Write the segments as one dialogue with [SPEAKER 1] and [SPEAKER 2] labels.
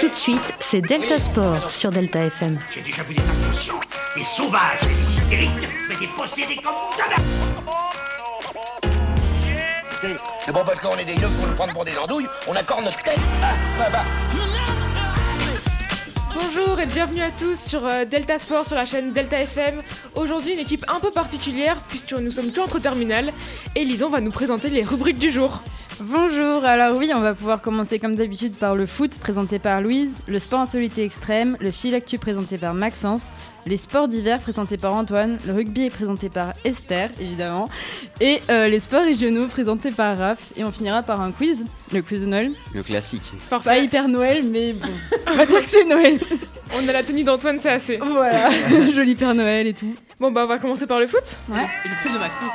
[SPEAKER 1] tout de suite, c'est Delta Sport sur Delta FM.
[SPEAKER 2] J'ai déjà vu des inconscients, des sauvages, des hystériques, mais des possédés comme jamais
[SPEAKER 3] Écoutez, C'est bon Eh ben, parce qu'on est des yeux pour nous prendre pour des andouilles, on accorde notre tête. Ah, bah, bah.
[SPEAKER 4] Bonjour et bienvenue à tous sur euh, Delta Sport, sur la chaîne Delta FM. Aujourd'hui, une équipe un peu particulière puisque nous sommes tous entre terminales et Lison va nous présenter les rubriques du jour.
[SPEAKER 5] Bonjour, alors oui, on va pouvoir commencer comme d'habitude par le foot présenté par Louise, le sport insolité extrême, le fil actu présenté par Maxence, les sports d'hiver présentés par Antoine, le rugby est présenté par Esther, évidemment, et euh, les sports régionaux présentés par Raph. Et on finira par un quiz, le quiz de Noël.
[SPEAKER 6] Le classique.
[SPEAKER 4] Parfait.
[SPEAKER 5] Pas hyper Noël, mais bon, on va dire que c'est Noël.
[SPEAKER 4] On a la tenue d'Antoine, c'est assez.
[SPEAKER 5] Voilà, joli Père Noël et tout.
[SPEAKER 4] Bon bah on va commencer par le foot.
[SPEAKER 7] Et le plus de Maxence.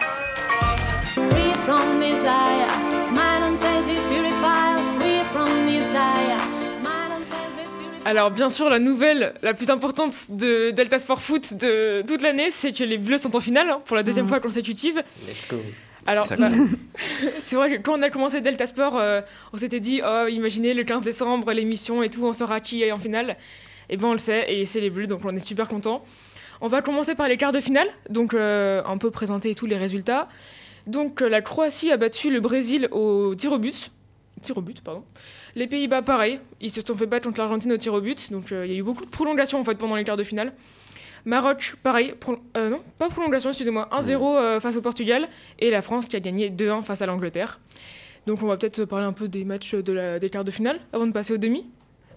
[SPEAKER 8] Free from desire, mind and sense is purified. Free from desire, mind and sense is purified.
[SPEAKER 4] Alors bien sûr, la nouvelle la plus importante de Delta Sport Foot de toute l'année, c'est que les Bleus sont en finale hein, pour la deuxième
[SPEAKER 5] Mhm.
[SPEAKER 4] fois consécutive.
[SPEAKER 6] Let's go.
[SPEAKER 4] Alors,
[SPEAKER 6] Ça
[SPEAKER 4] bah,
[SPEAKER 6] commence.
[SPEAKER 4] c'est vrai que quand on a commencé Delta Sport, euh, on s'était dit, oh, imaginez le 15 décembre, l'émission et tout, on saura qui est en finale. Et ben on le sait, et c'est les Bleus, donc on est super content. On va commencer par les quarts de finale, donc euh, un peu présenter tous les résultats. Donc euh, la Croatie a battu le Brésil au tir au but. Tir au but, pardon. Les Pays-Bas, pareil, ils se sont fait battre contre l'Argentine au tir au but, donc euh, il y a eu beaucoup de prolongations en fait pendant les quarts de finale. Maroc, pareil, pro- euh, non, pas prolongation, excusez-moi, 1-0 euh, face au Portugal et la France qui a gagné 2-1 face à l'Angleterre. Donc on va peut-être parler un peu des matchs de la, des quarts de finale avant de passer aux demi.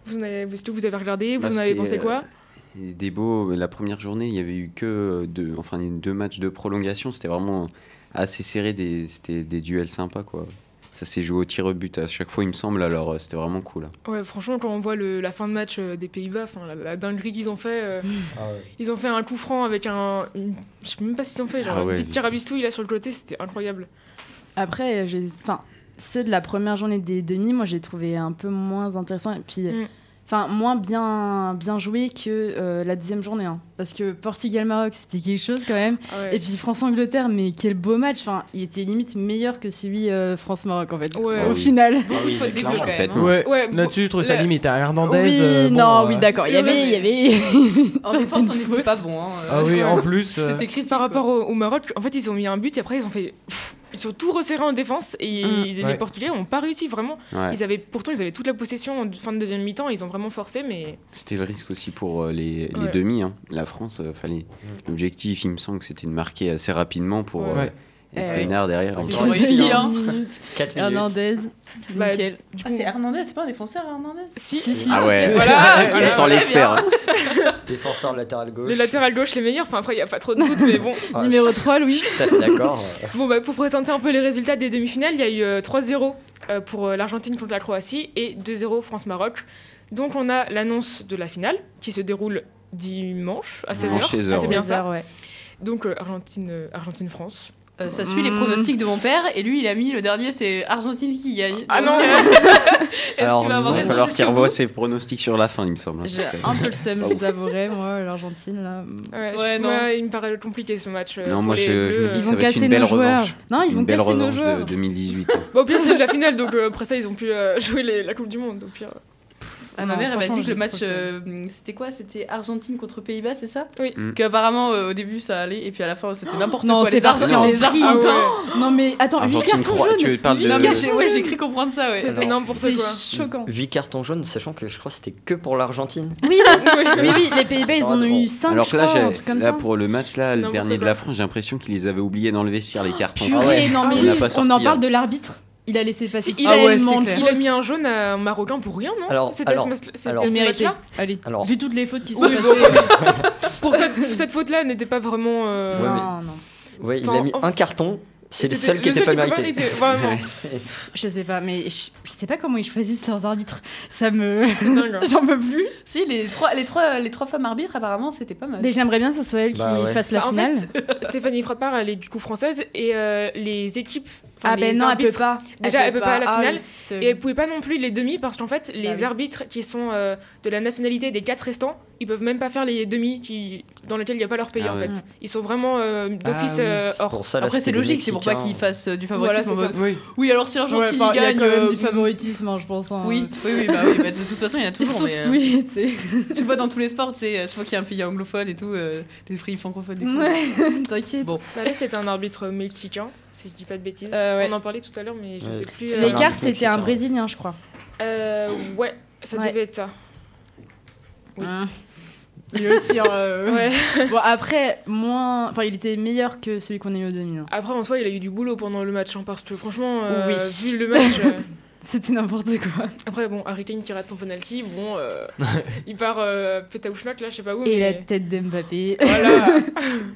[SPEAKER 4] Vous en avez, est-ce que vous avez regardé, vous
[SPEAKER 6] Bah,
[SPEAKER 4] en avez
[SPEAKER 6] c'était,
[SPEAKER 4] pensé quoi
[SPEAKER 6] euh, Des beaux. La première journée, il y avait eu que euh, deux, enfin, deux matchs de prolongation. C'était vraiment assez serré. Des, c'était des duels sympas, quoi. Ça s'est joué au tir au but à chaque fois, il me semble. Alors, euh, c'était vraiment cool.
[SPEAKER 4] Ouais, franchement, quand on voit le- la fin de match euh, des Pays-Bas, enfin, la, la dinguerie qu'ils ont fait, euh,
[SPEAKER 6] Ah
[SPEAKER 4] ils ont fait un coup franc avec un, une- je sais même pas s'ils ont fait, genre
[SPEAKER 6] Ah ouais,
[SPEAKER 4] une petite
[SPEAKER 6] du
[SPEAKER 4] carabistouille là sur le côté, c'était incroyable.
[SPEAKER 5] Après, euh, j'ai- enfin, ceux de la première journée des demi, moi, j'ai trouvé un peu moins intéressant et puis,
[SPEAKER 4] Mm.
[SPEAKER 5] enfin, moins bien, bien joué que euh, la deuxième journée, hein. parce que Portugal-Maroc, c'était quelque chose quand même.
[SPEAKER 4] Ah ouais.
[SPEAKER 5] Et puis France-Angleterre, mais quel beau match. Enfin, il était limite meilleur que celui euh, France-Maroc en fait.
[SPEAKER 4] Ouais.
[SPEAKER 5] Au
[SPEAKER 6] Ah oui.
[SPEAKER 5] final.
[SPEAKER 7] Il faut des bleus quand même. hein.
[SPEAKER 6] Complètement.
[SPEAKER 9] Ouais,
[SPEAKER 4] Ouais, bon,
[SPEAKER 9] là-dessus, je trouve ça
[SPEAKER 4] là-
[SPEAKER 9] limite. hein. Hernandez.
[SPEAKER 5] oui,
[SPEAKER 9] euh, bon,
[SPEAKER 5] non, oui,
[SPEAKER 9] euh,
[SPEAKER 5] d'accord. Il y
[SPEAKER 4] le
[SPEAKER 5] avait, il y avait.
[SPEAKER 7] En défense, on n'était pas bon. Hein.
[SPEAKER 9] Ah oui, en plus. euh,
[SPEAKER 7] C'était critique.
[SPEAKER 4] Par rapport au, au Maroc, en fait, ils ont mis un but et après, ils ont fait. pff, ils sont tout resserrés en défense et
[SPEAKER 5] Mm.
[SPEAKER 4] ils- les
[SPEAKER 9] Ouais.
[SPEAKER 4] Portugais n'ont pas réussi vraiment.
[SPEAKER 6] Ouais.
[SPEAKER 4] Ils avaient, pourtant, ils avaient toute la possession en fin de deuxième mi-temps, ils ont vraiment forcé, mais.
[SPEAKER 6] C'était le risque aussi pour euh, les, les
[SPEAKER 4] Ouais.
[SPEAKER 6] demi. hein. La France, euh, fallait. L'objectif, il me semble que c'était de marquer assez rapidement pour euh,
[SPEAKER 9] Ouais.
[SPEAKER 6] être
[SPEAKER 5] Ouais.
[SPEAKER 6] peinard derrière.
[SPEAKER 7] Ils ont réussi, hein.
[SPEAKER 5] Hernandez.
[SPEAKER 4] Bah,
[SPEAKER 5] Nickel.
[SPEAKER 4] Du
[SPEAKER 7] Ah, c'est Hernandez, c'est pas un défenseur Hernandez
[SPEAKER 4] si,
[SPEAKER 5] Si, si.
[SPEAKER 6] Ah ouais,
[SPEAKER 4] Voilà,
[SPEAKER 6] on sent l'expert. hein.
[SPEAKER 10] Défenseur latéral gauche.
[SPEAKER 4] le latéral gauche, les meilleurs. Enfin, après, il n'y a pas trop de doute, mais bon.
[SPEAKER 10] Ah,
[SPEAKER 5] Numéro 3,
[SPEAKER 10] Je
[SPEAKER 5] Louis.
[SPEAKER 10] suis tout à fait d'accord.
[SPEAKER 4] Bon, bah, pour présenter un peu les résultats des demi-finales, il y a eu euh, 3-0 euh, pour euh, l'Argentine contre la Croatie et 2-0 France-Maroc. Donc, on a l'annonce de la finale qui se déroule dimanche à 16h.
[SPEAKER 6] Dimanche, 16h,
[SPEAKER 4] Ah, c'est bien ça.
[SPEAKER 5] ouais.
[SPEAKER 4] Donc, euh, Argentine, euh, Argentine-France.
[SPEAKER 7] Euh, Ça suit les
[SPEAKER 5] Mm.
[SPEAKER 7] pronostics de mon père et lui, il a mis le dernier, c'est Argentine qui gagne.
[SPEAKER 4] Ah
[SPEAKER 7] Donc,
[SPEAKER 4] non.
[SPEAKER 7] euh, Est-ce
[SPEAKER 6] Alors,
[SPEAKER 7] qu'il va avoir
[SPEAKER 6] il va
[SPEAKER 7] raison
[SPEAKER 6] falloir qu'il
[SPEAKER 7] jusqu'au
[SPEAKER 6] revoie
[SPEAKER 7] bout
[SPEAKER 6] ses pronostics sur la fin, il me semble. hein.
[SPEAKER 5] J'ai un peu le seum,
[SPEAKER 6] Ah
[SPEAKER 5] je
[SPEAKER 6] oui.
[SPEAKER 5] t'avouerai, moi, l'Argentine, là.
[SPEAKER 4] Ouais, je-
[SPEAKER 7] Ouais, non.
[SPEAKER 4] ouais, il me paraît compliqué ce match. euh,
[SPEAKER 6] Non,
[SPEAKER 4] pour
[SPEAKER 6] moi,
[SPEAKER 4] les
[SPEAKER 6] je, je
[SPEAKER 4] Bleus,
[SPEAKER 6] me dis
[SPEAKER 4] euh.
[SPEAKER 6] que
[SPEAKER 5] vont
[SPEAKER 6] ça va être
[SPEAKER 5] casser
[SPEAKER 6] une belle
[SPEAKER 5] nos joueurs.
[SPEAKER 6] revanche.
[SPEAKER 5] Non, Ah, ils
[SPEAKER 6] une
[SPEAKER 5] vont
[SPEAKER 6] belle
[SPEAKER 5] casser nos
[SPEAKER 6] revanche de
[SPEAKER 5] joueurs.
[SPEAKER 6] 2018. hein.
[SPEAKER 4] Bon, au pire, c'est de la finale, donc euh, après ça, ils ont pu euh, jouer les- la Coupe du Monde. Au pire.
[SPEAKER 7] Ah,
[SPEAKER 5] Non,
[SPEAKER 7] ma mère, elle m'a
[SPEAKER 5] franchement,
[SPEAKER 7] dit que le
[SPEAKER 5] j'ai
[SPEAKER 7] match,
[SPEAKER 5] trop
[SPEAKER 7] euh, c'était quoi C'était Argentine contre Pays-Bas, c'est ça Oh
[SPEAKER 4] Oui.
[SPEAKER 6] Mm.
[SPEAKER 7] Qu'apparemment, euh, au début, ça allait, et puis à la fin, c'était n'importe
[SPEAKER 5] non,
[SPEAKER 7] quoi.
[SPEAKER 5] c'est
[SPEAKER 7] Les,
[SPEAKER 5] parti
[SPEAKER 7] Argentins-
[SPEAKER 5] en
[SPEAKER 7] les
[SPEAKER 5] vrille.
[SPEAKER 6] Ah
[SPEAKER 4] Ah
[SPEAKER 7] Argentins.
[SPEAKER 5] Non, mais attends, huit
[SPEAKER 6] Argentine
[SPEAKER 5] cartons
[SPEAKER 6] croix,
[SPEAKER 5] jaunes.
[SPEAKER 6] tu parles de.
[SPEAKER 7] Non, mais j'ai-
[SPEAKER 5] cartons
[SPEAKER 7] ouais,
[SPEAKER 5] jaunes.
[SPEAKER 7] j'ai cru comprendre ça, ouais.
[SPEAKER 4] C'était
[SPEAKER 10] alors,
[SPEAKER 4] n'importe
[SPEAKER 5] C'est
[SPEAKER 4] quoi.
[SPEAKER 5] choquant.
[SPEAKER 10] 8 cartons jaunes, sachant que je crois que c'était que pour l'Argentine.
[SPEAKER 5] Oui, oui, oui, les Pays-Bas, ils en ont eu 5
[SPEAKER 6] Alors que là,
[SPEAKER 5] un
[SPEAKER 6] j'ai-
[SPEAKER 5] truc comme
[SPEAKER 6] là
[SPEAKER 5] ça.
[SPEAKER 6] pour le match, là,
[SPEAKER 4] C'était
[SPEAKER 6] le
[SPEAKER 4] n'importe
[SPEAKER 6] dernier de
[SPEAKER 4] quoi.
[SPEAKER 6] la France, j'ai l'impression qu'ils les avaient oubliés dans le vestiaire, les cartons.
[SPEAKER 5] Purée,
[SPEAKER 10] Ah ouais.
[SPEAKER 5] non, mais
[SPEAKER 6] On l'a pas
[SPEAKER 5] on,
[SPEAKER 6] sorti,
[SPEAKER 5] en parle
[SPEAKER 6] hein.
[SPEAKER 5] de l'arbitre. Il a laissé passer
[SPEAKER 4] Si, il,
[SPEAKER 7] Ah
[SPEAKER 4] a,
[SPEAKER 7] ouais,
[SPEAKER 5] tellement
[SPEAKER 7] c'est
[SPEAKER 5] de
[SPEAKER 7] clair.
[SPEAKER 4] il a mis un jaune à un Marocain pour rien, non
[SPEAKER 10] Alors,
[SPEAKER 4] C'était à ce
[SPEAKER 10] alors,
[SPEAKER 4] mas- c'était
[SPEAKER 10] alors.
[SPEAKER 4] à ce
[SPEAKER 5] le mérité.
[SPEAKER 4] match-là
[SPEAKER 5] Allez.
[SPEAKER 10] Alors-
[SPEAKER 5] Vu toutes les fautes qui sont
[SPEAKER 4] Oui,
[SPEAKER 5] passées.
[SPEAKER 4] bon, Pour cette, cette faute-là, n'était pas vraiment. euh,
[SPEAKER 10] Ouais, mais-
[SPEAKER 5] Non, non.
[SPEAKER 10] Ouais, il
[SPEAKER 4] Enfin,
[SPEAKER 10] a mis
[SPEAKER 4] en-
[SPEAKER 10] un carton, c'est le
[SPEAKER 4] c'était
[SPEAKER 10] seul qui n'était pas
[SPEAKER 4] peut
[SPEAKER 10] mérité.
[SPEAKER 4] mériter, Vraiment,
[SPEAKER 10] C'est-
[SPEAKER 5] Je sais pas, mais je, je sais pas comment ils choisissent leurs arbitres. Ça me.
[SPEAKER 4] c'est dingue. hein.
[SPEAKER 5] J'en peux plus.
[SPEAKER 7] Si, les trois, les, trois, les trois femmes arbitres, apparemment, c'était pas mal.
[SPEAKER 5] Mais j'aimerais bien que ce soit elle
[SPEAKER 10] Bah
[SPEAKER 5] qui
[SPEAKER 10] ouais.
[SPEAKER 5] fasse la
[SPEAKER 4] Bah, en
[SPEAKER 5] finale.
[SPEAKER 4] fait, Stéphanie Frappard, elle est du coup française et euh, les équipes. enfin,
[SPEAKER 5] ah
[SPEAKER 4] les
[SPEAKER 5] ben non, elle peut
[SPEAKER 4] arbitres-
[SPEAKER 5] pas.
[SPEAKER 4] Déjà, elle peut pas à la
[SPEAKER 5] Ah,
[SPEAKER 4] finale.
[SPEAKER 5] oui, c'est-
[SPEAKER 4] Et elle pouvait pas Ah non plus les demi parce qu'en fait, les
[SPEAKER 5] oui.
[SPEAKER 4] arbitres qui sont euh, de la nationalité des quatre restants, ils peuvent même pas faire les demi qui dans lesquels il y a pas leur pays
[SPEAKER 6] Ah
[SPEAKER 4] en
[SPEAKER 6] ouais.
[SPEAKER 4] fait.
[SPEAKER 10] Mm.
[SPEAKER 4] Ils sont vraiment euh, d'office
[SPEAKER 6] Ah oui,
[SPEAKER 4] euh,
[SPEAKER 6] c'est
[SPEAKER 4] hors.
[SPEAKER 10] Pour ça, hein. là,
[SPEAKER 7] Après, c'est
[SPEAKER 10] c'était des
[SPEAKER 7] logique, c'est pour pas
[SPEAKER 10] Mexicains.
[SPEAKER 7] qu'ils fassent euh, du
[SPEAKER 5] Voilà,
[SPEAKER 7] favoritisme. en
[SPEAKER 5] c'est
[SPEAKER 7] mode,
[SPEAKER 6] Oui.
[SPEAKER 7] Oui, alors si
[SPEAKER 5] Ouais,
[SPEAKER 7] l'Argentine
[SPEAKER 5] enfin, il y a
[SPEAKER 7] gagne.
[SPEAKER 5] quand même du
[SPEAKER 7] euh,
[SPEAKER 5] favoritisme, hein, je pense. hein.
[SPEAKER 7] Oui, oui, oui, bah, oui, bah, de toute façon, il y en a
[SPEAKER 5] Ils
[SPEAKER 7] toujours.
[SPEAKER 5] sont
[SPEAKER 7] Mais, euh,
[SPEAKER 5] oui, tu sais.
[SPEAKER 7] tu le vois dans tous les sports, tu sais, euh, je vois qu'il y a un pays anglophone et tout, euh, des pays francophones. Des fois.
[SPEAKER 5] Ouais, T'inquiète.
[SPEAKER 7] Bon.
[SPEAKER 4] Bah là, c'était un arbitre mexicain, si je dis pas de bêtises.
[SPEAKER 5] Euh, ouais.
[SPEAKER 4] On en parlait tout à l'heure, mais je
[SPEAKER 6] Ouais.
[SPEAKER 4] sais plus.
[SPEAKER 6] C'est
[SPEAKER 4] euh,
[SPEAKER 5] L'écart,
[SPEAKER 6] c'est
[SPEAKER 5] c'était un
[SPEAKER 6] mexicain.
[SPEAKER 5] Brésilien, je crois.
[SPEAKER 4] euh, ouais, ça
[SPEAKER 5] Ouais.
[SPEAKER 4] devait être ça. Oui.
[SPEAKER 5] Hum. Lui aussi. hein, euh,
[SPEAKER 4] Ouais.
[SPEAKER 5] Bon, après, moins. Enfin, il était meilleur que celui qu'on a eu au demi. hein.
[SPEAKER 4] Après, en soi, il a eu du boulot pendant le match, hein, parce que franchement, euh,
[SPEAKER 5] Oui.
[SPEAKER 4] vu le match. euh,
[SPEAKER 5] C'était n'importe quoi.
[SPEAKER 4] Après, bon, Harry Kane qui rate son penalty, bon, euh, il part euh, pète à là, je sais pas où.
[SPEAKER 5] Et la
[SPEAKER 4] mais...
[SPEAKER 5] tête d'Mbappé.
[SPEAKER 4] Voilà.